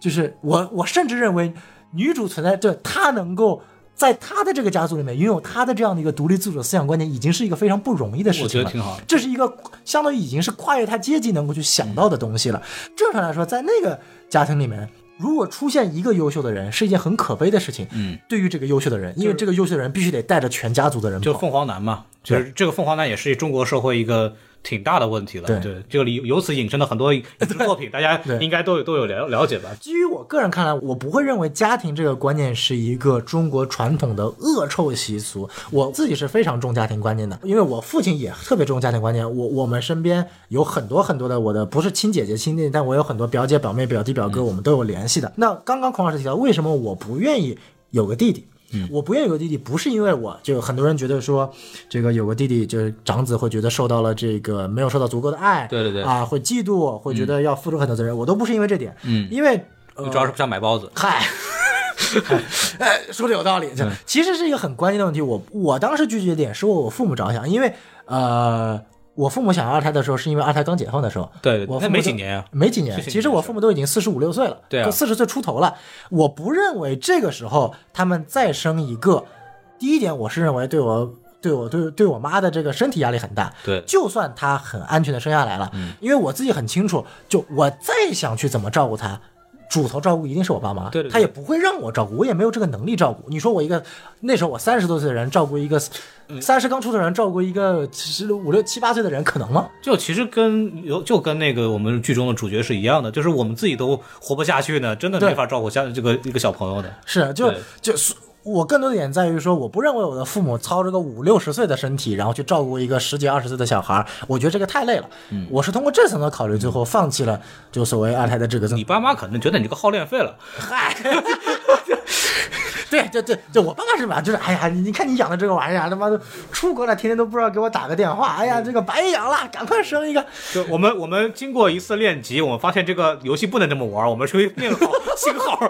Speaker 3: 就是我我甚至认为女主存在，对她能够。在她的这个家族里面，拥有她的这样的一个独立自主的思想观念，已经是一个非常不容易的事情
Speaker 1: 我觉
Speaker 3: 了。
Speaker 1: 得挺好的
Speaker 3: 这是一个相当于已经是跨越她阶级能够去想到的东西了。正常来说，在那个家庭里面，如果出现一个优秀的人，是一件很可悲的事情。嗯，对于这个优秀的人，因为这个优秀的人必须得带着全家族的人
Speaker 1: 就
Speaker 3: 跑。
Speaker 1: 凤凰男嘛，就是这个凤凰男也是中国社会一个挺大的问题了。
Speaker 3: 对
Speaker 1: 对，这里由此引申了很多影
Speaker 3: [laughs]
Speaker 1: 视作品，大家应该都有都有了了解吧？
Speaker 3: 基于我个人看来，我不会认为家庭这个观念是一个中国传统的恶臭习俗。我自己是非常重家庭观念的，因为我父亲也特别重家庭观念。我我们身边有很多很多的我的不是亲姐姐亲弟弟，但我有很多表姐表妹表弟表
Speaker 1: 嗯
Speaker 3: 哥，我们都有联系的。那刚刚孔老师提到，为什么我不愿意有个弟弟？
Speaker 1: 嗯
Speaker 3: 我不愿意有个弟弟，不是因为我就很多人觉得说，这个有个弟弟就是长子会觉得受到了这个没有受到足够的爱，
Speaker 1: 对对对
Speaker 3: 啊，会嫉妒，会
Speaker 1: 嗯
Speaker 3: 觉得要付出很多责任，我都不是因为这点，嗯，因为呃
Speaker 1: 主要是不想买包子。 [laughs]
Speaker 3: 嗨。哎，说的有道
Speaker 1: 嗯
Speaker 3: 理，这其实是一个很关键的问题。我我当时拒绝点是为我父母着想，因为呃，我父母想要二胎的时候，是因为二胎刚解放的时候，
Speaker 1: 对对
Speaker 3: 我
Speaker 1: 那
Speaker 3: 父母
Speaker 1: 没
Speaker 3: 都
Speaker 1: 几年啊
Speaker 3: 没几年。
Speaker 1: 这些
Speaker 3: 其实我父母都已经四十五六岁了，
Speaker 1: 对啊
Speaker 3: 四十岁出头了。我不认为这个时候他们再生一个，第一点，我是认为对我。对我对对我妈的这个身体压力很大，
Speaker 1: 对嗯
Speaker 3: 就算她很安全的生下来了，因为我自己很清楚，就我再想去怎么照顾她，主头照顾一定是我爸妈，
Speaker 1: 对对对
Speaker 3: 他也不会让我照顾，我也没有这个能力照顾。你说我一个那时候我三十多岁的人照顾一个
Speaker 1: 嗯
Speaker 3: 三十刚出头的人照顾一个十五六七八岁的人，可能吗？
Speaker 1: 就其实跟有就跟那个我们剧中的主角是一样的，就是我们自己都活不下去呢，真的
Speaker 3: 对
Speaker 1: 没法照顾下这个一个小朋友的。
Speaker 3: 是，就
Speaker 1: 对
Speaker 3: 就是我更多的点在于说，我不认为我的父母操着个五六十岁的身体，然后去照顾一个十几二十岁的小孩儿，我觉得这个太累了。
Speaker 1: 嗯
Speaker 3: 我是通过这层的考虑，最后放弃了就所谓二胎的这个
Speaker 1: 你爸妈可能觉得你这个耗练费了，
Speaker 3: 嗨， [laughs] 对对对，就我爸爸是吧？就是哎呀，你你看你养的这个玩意儿，啊他妈的出国了，天天都不知道给我打个电话，哎
Speaker 1: 嗯
Speaker 3: 呀，这个白养了，赶快生一个。
Speaker 1: 就我们我们经过一次练级，我们发现这个游戏不能这么玩，我们去练好信号。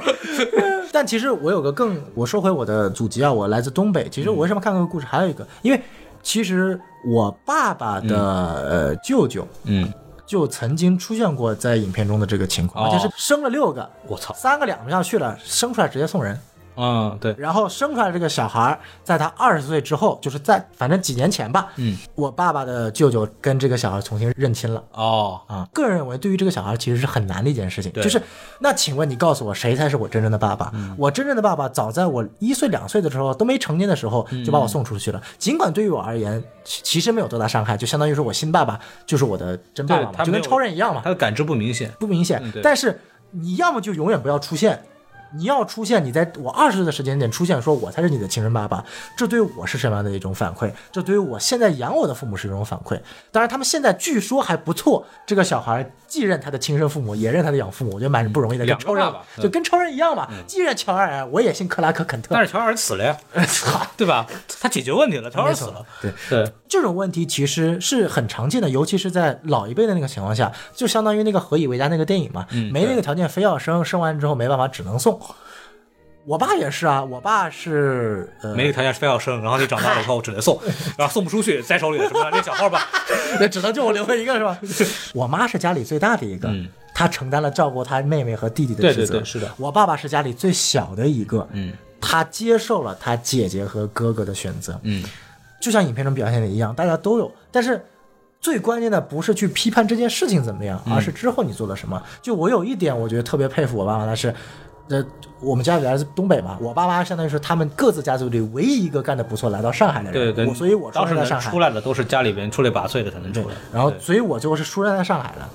Speaker 3: 但其实我有个更，我说回我的祖籍啊，我来自东北。其实我为什么看这个故事，还有一个，因为其实我爸爸的、呃舅舅，
Speaker 1: 嗯，
Speaker 3: 就曾经出现过在影片中的这个情况，
Speaker 1: 哦
Speaker 3: 而且是生了六个，
Speaker 1: 我操
Speaker 3: 三个两不下去了，生出来直接送人。
Speaker 1: 嗯，对，
Speaker 3: 然后生出来这个小孩儿，在他二十岁之后，就是在反正几年前吧，嗯，我爸爸的舅舅跟这个小孩重新认亲了。
Speaker 1: 哦，
Speaker 3: 啊，个人认为，对于这个小孩其实是很难的一件事情。就是，那请问你告诉我，谁才是我真正的爸爸？
Speaker 1: 嗯
Speaker 3: 我真正的爸爸早在我一岁两岁的时候，都没成年的时候
Speaker 1: 嗯
Speaker 3: 就把我送出去了。尽管对于我而言，其其实没有多大伤害，就相当于说我新爸爸就是我的真爸
Speaker 1: 对
Speaker 3: 爸嘛，
Speaker 1: 他
Speaker 3: 就
Speaker 1: 没
Speaker 3: 跟
Speaker 1: 有
Speaker 3: 超人一样嘛
Speaker 1: 他。的感知不明显。
Speaker 3: 不明显。
Speaker 1: 嗯对
Speaker 3: 但是你要么就永远不要出现，你要出现，你在我二十岁的时间点出现，说我才是你的亲生爸爸，这对我是什么样的一种反馈？这对于我现在养我的父母是一种反馈。当然，他们现在据说还不错，这个小孩既认他的亲生父母，也认他的养父母，我觉得蛮不容易的，跟
Speaker 1: 两个
Speaker 3: 超人
Speaker 1: 爸爸嗯
Speaker 3: 就跟超人一样嘛，既认乔尔，我也姓克拉克肯特
Speaker 1: 但。是乔尔死了呀，
Speaker 3: [laughs]
Speaker 1: 对吧？他解决问题了，乔尔死了。对对，
Speaker 3: 这种问题其实是很常见的，尤其是在老一辈的那个情况下，就相当于那个何以为家那个电影嘛，没那个条件非要生，生完之后没办法只能送。我爸也是啊，我爸是呃，
Speaker 1: 没有条件非要生，然后你长大了以后只能 [laughs] 送，然后送不出去，摘手里的什么那小号吧。
Speaker 3: 那只能就我留了一个
Speaker 1: [laughs]
Speaker 3: 是吧？我妈是家里最大的一个，她承担了照顾她妹妹和弟弟
Speaker 1: 嗯
Speaker 3: 的
Speaker 1: 对
Speaker 3: 职责。
Speaker 1: 对对是的
Speaker 3: 我爸爸是家里最小的一个，嗯，他接受了他姐姐和哥哥的选择，嗯，就像影片中表现的一样，大家都有，但是。最关键的不是去批判这件事情怎
Speaker 1: 嗯
Speaker 3: 么样，而是之后你做了什么。就我有一点，我觉得特别佩服我爸妈，那是，呃，我们家里来自东北嘛，我爸妈相当于是他们各自家族里唯一一个干得不错来到上海的
Speaker 1: [laughs] 对
Speaker 3: 人，
Speaker 1: 对，
Speaker 3: 我所以我出
Speaker 1: 当
Speaker 3: 生
Speaker 1: 时
Speaker 3: 在
Speaker 1: 能
Speaker 3: 上海，
Speaker 1: 出来的都是家里边出类拔萃的才能出来。
Speaker 3: 然后，所以我最后是疏散在上海了。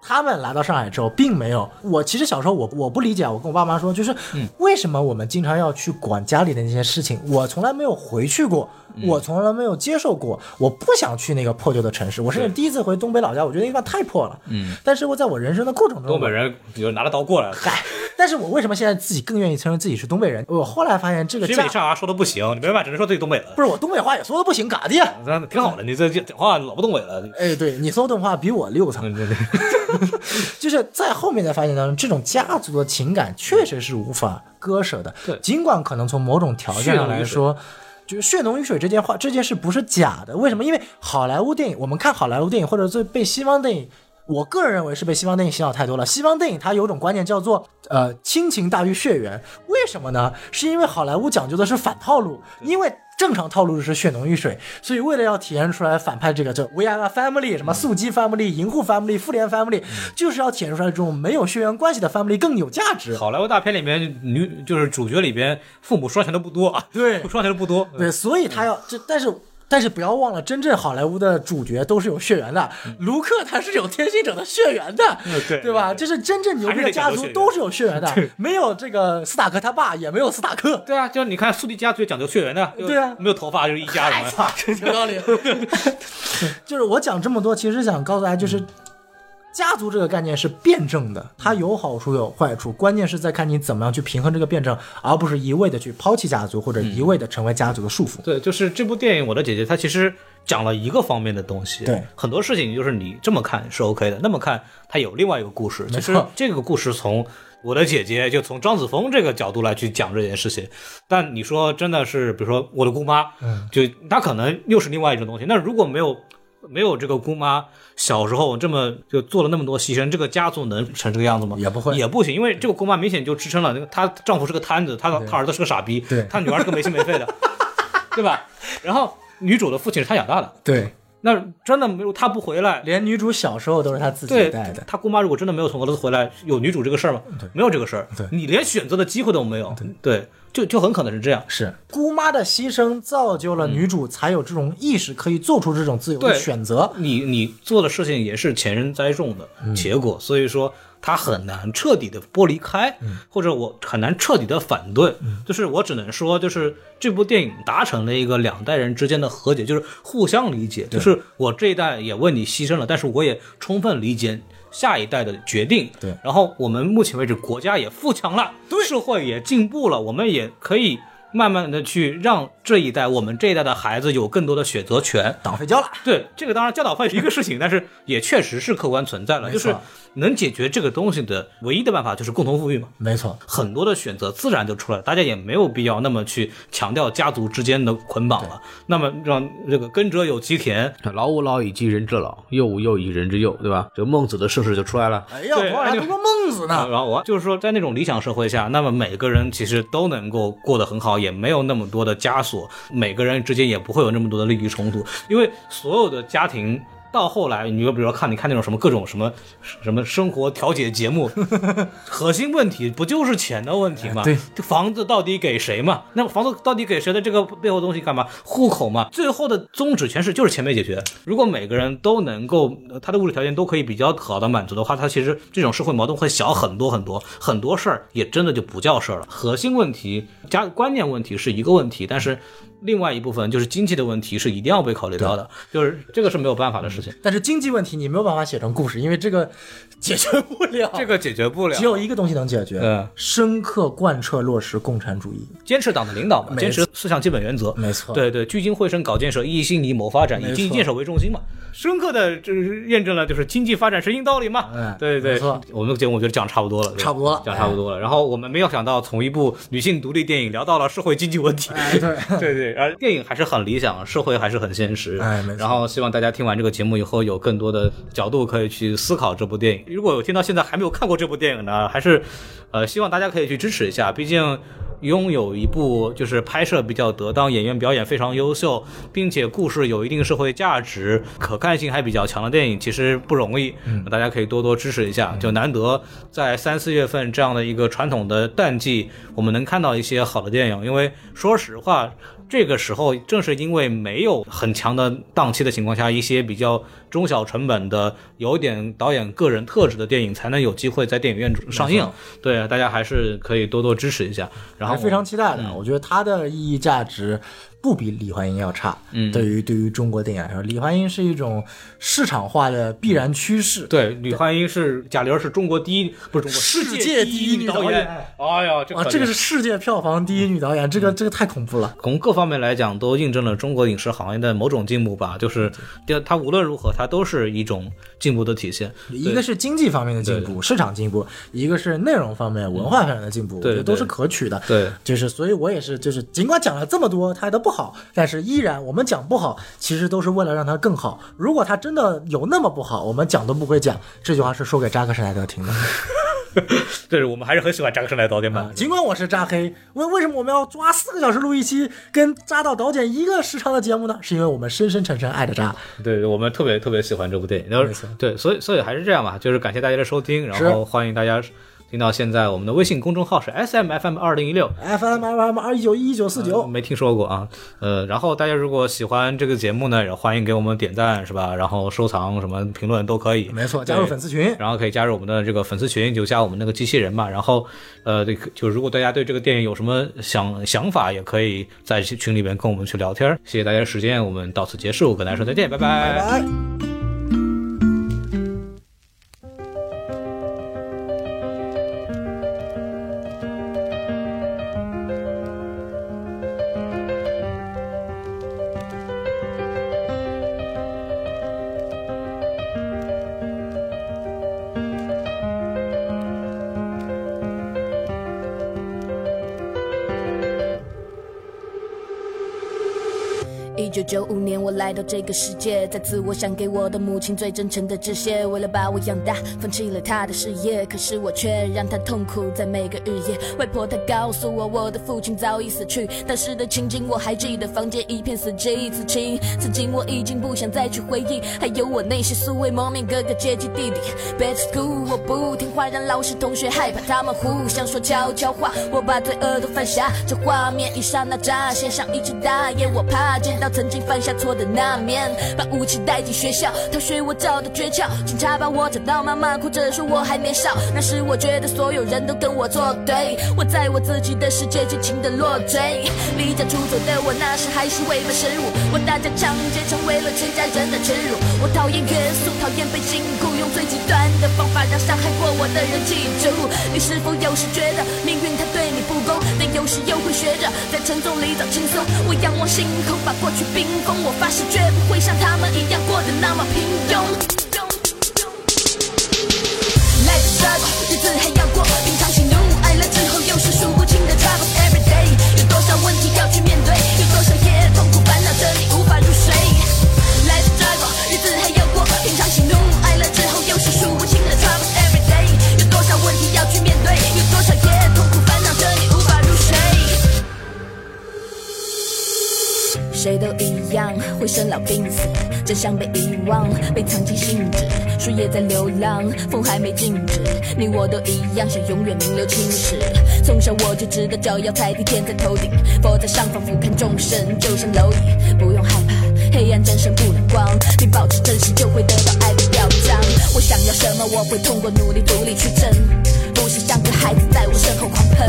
Speaker 3: 他们来到上海之后，并没有我。其实小时候我我不理解，我跟我爸妈说，就是
Speaker 1: 嗯
Speaker 3: 为什么我们经常要去管家里的那些事情？我从来没有回去过，
Speaker 1: 嗯
Speaker 3: 我从来没有接受过，我不想去那个破旧的城市。我甚至第一次回东北老家，我觉得那地方太破了。嗯，但是我在我人生的过程中，
Speaker 1: 东北人有拿着刀过来了，
Speaker 3: 嗨，但是我为什么现在自己更愿意承认自己是东北人？我后来发现这个
Speaker 1: 是因为
Speaker 3: 家
Speaker 1: 你上牙说的不行，你没办法，只能说自己东北人。
Speaker 3: 不是我东北话也说的不行，嘎的呀。
Speaker 1: 那挺好的，你这讲话老不东北 [laughs] 了。
Speaker 3: 哎，对你说的话比我溜层， [laughs] 就是在后面的发现当中，这种家族的情感确实是无法割舍的。
Speaker 1: 对
Speaker 3: 尽管可能从某种条件上
Speaker 1: 血浓
Speaker 3: 来
Speaker 1: 于水
Speaker 3: 说。就是血浓于水这件话，这件事不是假的。为什么？因为好莱坞电影，我们看好莱坞电影，或者最被西方电影，我个人认为是被西方电影洗脑太多了。西方电影它有一种观念叫做呃亲情大于血缘，为什么呢？是因为好莱坞讲究的是反套路，因为正常套路是血浓于水，所以为了要体现出来反派这个叫 We Are a Family，什么
Speaker 1: 嗯
Speaker 3: 素鸡 Family、银护 Family、复联 Family，就是要体现出来这种没有血缘关系的 Family 更有价值。
Speaker 1: 好莱坞大片里面，女就是主角里边，父母双全的不多啊，
Speaker 3: 对
Speaker 1: 双全的不多。
Speaker 3: 对，所以他
Speaker 1: 嗯
Speaker 3: 要这，但是但是不要忘了，真正好莱坞的主角都是有血缘的，卢克他是有天行者的血缘的，
Speaker 1: 嗯对
Speaker 3: 对吧？
Speaker 1: 对
Speaker 3: 就是真正牛逼
Speaker 1: 还
Speaker 3: 的
Speaker 1: 是得讲
Speaker 3: 家
Speaker 1: 究
Speaker 3: 族
Speaker 1: 血缘
Speaker 3: 都是有血缘的，没有这个斯塔克他爸，也没有斯塔克。
Speaker 1: 对啊，就是你看速递家族也讲究血缘的，就
Speaker 3: 对啊
Speaker 1: 没有头发就是一家人嘛。
Speaker 3: [laughs] 有道理。就是我讲这么多，其实想告诉大家，就是家族这个概念是辩证的，它有好处有坏处，关键是在看你怎么样去平衡这个辩证，而不是一味的去抛弃家族或者一味的成为家族的束缚。
Speaker 1: 对，就是这部电影《我的姐姐》，她其实讲了一个方面的东西。
Speaker 3: 对
Speaker 1: 很多事情就是你这么看是 OK 的，那么看它有另外一个故事。其实
Speaker 3: 错
Speaker 1: 这个故事从我的姐姐就从张子枫这个角度来去讲这件事情，但你说真的是，比如说我的姑妈，嗯，就她可能又是另外一种东西。那如果没有没有这个姑妈小时候这么就做了那么多牺牲，这个家族能成这个样子吗？
Speaker 3: 也不会
Speaker 1: 也不行，因为这个姑妈明显就支撑了那个她丈夫是个摊子，她她儿子是个傻逼，
Speaker 3: 对
Speaker 1: 她女儿是个没心没肺的， [laughs] 对吧？然后女主的父亲是她养大的，
Speaker 3: 对，
Speaker 1: 那真的没有她不回来，
Speaker 3: 连女主小时候都是她自己
Speaker 1: 对
Speaker 3: 带的，。
Speaker 1: 她姑妈如果真的没有从俄罗斯回来，有女主这个事儿吗？没有这个事儿
Speaker 3: 对，
Speaker 1: 你连选择的机会都没有，对，就就很可能是这样。
Speaker 3: 是姑妈的牺牲造就了女主才有这种意识，可以做出这种自由的
Speaker 1: 对
Speaker 3: 选择。
Speaker 1: 你你做的事情也是前人栽种的结果，所以说他很难彻底的剥离开，或者我很难彻底的反对。就是我只能说，就是这部电影达成了一个两代人之间的和解，就是互相理解。就是我这一代也为你牺牲了，但是我也充分理解。下一代的决定，
Speaker 3: 对
Speaker 1: 然后我们目前为止国家也富强了，对，社会也进步了，我们也可以慢慢的去让这一代我们这一代的孩子有更多的选择权。
Speaker 3: 党费交了，
Speaker 1: 对，这个当然教导派是一个事情，但
Speaker 3: [laughs]
Speaker 1: 是也确实是客观存在了，
Speaker 3: 没
Speaker 1: 就
Speaker 3: 错
Speaker 1: 是能解决这个东西的唯一的办法就是共同富裕嘛。
Speaker 3: 没错，
Speaker 1: 很多的选择自然就出来了，大家也没有必要那么去强调家族之间的捆绑了。那么让这个耕者有其田，
Speaker 5: 老吾老以及人之老，幼吾幼以人之幼，对吧？这个孟子的盛世就出来了。
Speaker 3: 哎呀，
Speaker 1: 对
Speaker 3: 我还读过孟子呢，
Speaker 1: 呃然后我就是说，在那种理想社会下，那么每个人其实都能够过得很好，也没有那么多的枷锁，每个人之间也不会有那么多的利益冲突，因为所有的家庭。到后来，你就比如说看，你看那种什么各种什么什么生活调解节目， [laughs] 核心问题不就是钱的问题吗？
Speaker 3: 对，
Speaker 1: 房子到底给谁嘛？那房子到底给谁的这个背后东西干嘛？户口嘛，最后的宗旨全是就是钱没解决。如果每个人都能够呃他的物质条件都可以比较好的满足的话，他其实这种社会矛盾会小很多很多，很多事儿也真的就不叫事儿了。核心问题加观念问题是一个问题，但是。另外一部分就是经济的问题是一定要被考虑到的，就是这个是没有办法的事情，
Speaker 3: 但是经济问题你没有办法写成故事，因为这个解决不了，
Speaker 1: 这个解决不了
Speaker 3: 只。有一个东西能解决，
Speaker 1: 嗯
Speaker 3: 深刻贯彻落实共产主义，
Speaker 1: 坚持党的领导嘛，
Speaker 3: 没
Speaker 1: 坚持思想基本原则，
Speaker 3: 没错
Speaker 1: 对对，聚精会神搞建设，一心一意谋发展，以
Speaker 3: 错
Speaker 1: 经济建设为中心嘛，深刻的这验证了就是经济发展是硬道理嘛。
Speaker 3: 嗯
Speaker 1: 对对
Speaker 3: 没错，
Speaker 1: 我们的节目我觉得讲差不多了，对吧
Speaker 3: 差不多了哎
Speaker 1: 讲差不多了。然后我们没有想到从一部女性独立电影聊到了社会经济问题，
Speaker 3: 哎对
Speaker 1: [laughs] 对对，而电影还是很理想，社会还是很现实。
Speaker 3: 哎没错
Speaker 1: 然后希望大家听完这个节目以后，有更多的角度可以去思考这部电影。如果有听到现在还没有看过这部电影呢，还是呃希望大家可以去支持一下，毕竟。拥有一部就是拍摄比较得当、演员表演非常优秀，并且故事有一定社会价值、可看性还比较强的电影，其实不容易。
Speaker 3: 嗯
Speaker 1: 大家可以多多支持一下，就难得在三四月份这样的一个传统的淡季，我们能看到一些好的电影。因为说实话，这个时候正是因为没有很强的档期的情况下，一些比较中小成本的、有点导演个人特质的电影，才能有机会在电影院上映。对，大家还是可以多多支持一下。然后
Speaker 3: 还是非常期待的。
Speaker 1: 嗯
Speaker 3: 我觉得它的意义价值不比李焕英要差。嗯，对于对于中国电影来说，李焕英是一种市场化的必然趋势。
Speaker 1: 嗯对，吕焕英是贾玲是中国第一，不是中国
Speaker 3: 世
Speaker 1: 界
Speaker 3: 界
Speaker 1: 第
Speaker 3: 第
Speaker 1: 一
Speaker 3: 一
Speaker 1: 女
Speaker 3: 女
Speaker 1: 导
Speaker 3: 导
Speaker 1: 演
Speaker 3: 演。
Speaker 1: 哎呀，这
Speaker 3: 啊，
Speaker 1: 可嗯
Speaker 3: 这个
Speaker 1: 怜
Speaker 3: 是世界票房第一女导演，这个这个太恐怖了。
Speaker 1: 从各方面来讲，都印证了中国影视行业的某种进步吧。就是，就它无论如何，它都是一种进步的体现。
Speaker 3: 一个是经济方面的进步，市场进步；一个是内容方面、文化方面的进步，我
Speaker 1: 嗯对
Speaker 3: 觉得都
Speaker 1: 对
Speaker 3: 是可取的。
Speaker 1: 对
Speaker 3: 就是所以我也是，就是尽管讲了这么多它的不好，但是依然我们讲不好，其实都是为了让它更好。如果它真的有那么不好，我们讲都不会讲。这句话是说给扎克施奈德听的。呃
Speaker 1: 对，我们还是很喜欢扎克施奈导演版。
Speaker 3: 尽管我是扎黑，为为什么我们要抓四个小时录一期跟扎导导剪一个时长的节目呢？是因为我们深深沉沉爱着扎。
Speaker 1: 对我们特别特别喜欢这部电影，然后
Speaker 3: 没错
Speaker 1: 对，所以所以还是这样吧，就是感谢大家的收听，然后欢迎大家听到现在，我们的微信公众号是 S M F M 二零一六。
Speaker 3: FM FM 二一九一九四
Speaker 1: 嗯
Speaker 3: 九，
Speaker 1: 没听说过啊，呃，然后大家如果喜欢这个节目呢，也欢迎给我们点赞，是吧？然后收藏什么评论都可以，
Speaker 3: 没错，加入粉丝群。
Speaker 1: 然后可以加入我们的这个粉丝群，就加我们那个机器人嘛。然后，呃，这个就如果大家对这个电影有什么想想法，也可以在群里面跟我们去聊天儿。谢谢大家的时间，我们到此结束，跟大家说再见，拜拜
Speaker 3: 拜拜。
Speaker 6: 一九九五年，我来到这个世界，在自我想给我的母亲最真诚的致谢。为了把我养大，放弃了她的事业，可是我却让她痛苦在每个日夜。外婆她告诉我，我的父亲早已死去，当时的情景我还记得，房间一片死寂。此情此景我已经不想再去回忆，还有我那些素未谋面哥哥姐姐弟弟。Bad school，我不听话，让老师同学害怕，他们互相说悄悄话，我把罪恶都犯下。这画面一刹那乍现，像一只大雁，我怕见到曾经犯下错的那面，把武器带进学校，逃学我找到诀窍，警察把我找到，妈妈哭着说我还年少，那时我觉得所有人都跟我作对，我在我自己的世界尽情的落坠，离家出走的我那时还是未满十五，我大家长街成为了全家人的耻辱，我讨厌约束，讨厌被禁锢，用最极端的方法让伤害过我的人记住，你是否有时觉得命运它对你不公？但有同时又会学着在沉重里找轻松。我仰望星空，把过去冰封。我发誓绝不会像他们一样过得那么平庸。来自 struggle，日子还要过，平常喜怒哀乐之后，又是数不清的 troubles every day。有多少问题要去面对，有多少夜痛苦烦恼着你无法入睡。来自 struggle，日子还要过，平常喜怒哀乐之后，又是数不清的 troubles every day。有多少问题要去面对，有多少夜痛苦烦恼着你无法入睡。谁都一样会生老病死，真相被遗忘，被藏进信纸。树叶在流浪，风还没静止，你我都一样想永远名留青史。从小我就知道，脚要踩地天在头顶，佛在上方俯瞰众生，就像蝼蚁，不用害怕。黑暗战胜不能光，你保持真实就会得到爱的表彰。我想要什么，我会通过努力独立去争，不是像个孩子在我身后狂喷。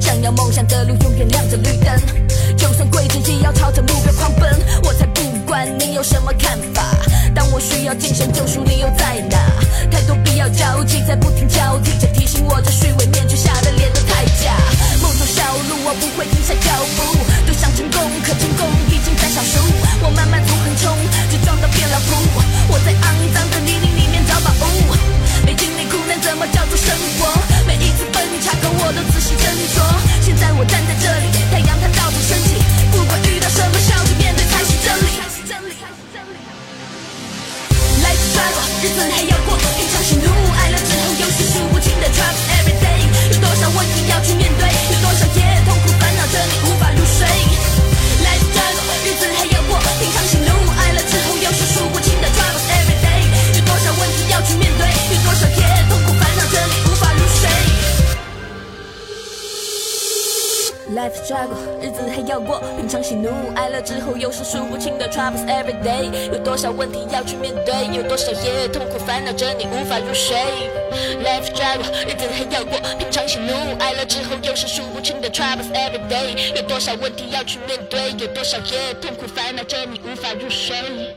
Speaker 6: 想要梦想的路永远亮着绿灯，就算跪着也要朝着目标狂奔。我才不管你有什么看法，当我需要精神救赎，你又在哪？太多必要交集在不停交替着提醒我，这虚伪面具下的脸都太假。梦中小路，我不会停下脚步，对上成功，可成功已经在少数。我慢慢从横冲直撞到变老谱，我在肮脏的泥泞里面找宝物。没经历苦难，怎么叫做生活？每一次分岔口，我都仔细斟酌。现在我站在这里，太阳它到处升起，不管遇到什么，笑着面对才是真理。来自 struggle，日子还要过，平常喜怒哀乐之后，又是数不清的 troubles every day。有多少问题要去面对，有多少夜痛苦烦恼着你无法入睡。来自 struggle，日子还要过，平常喜怒哀乐之后，又是数不清的 troubles every day。有多少问题要去面对，有多少夜痛苦烦恼着你无法入睡。Life struggle，日子还要过，平常喜怒哀乐之后，又是数不清的 troubles every day。有多少问题要去面对，有多少夜痛苦烦恼着你无法入睡。Life struggle，日子还要过，平常喜怒哀乐之后，又是数不清的 troubles every day。有多少问题要去面对，有多少夜痛苦烦恼着你无法入睡。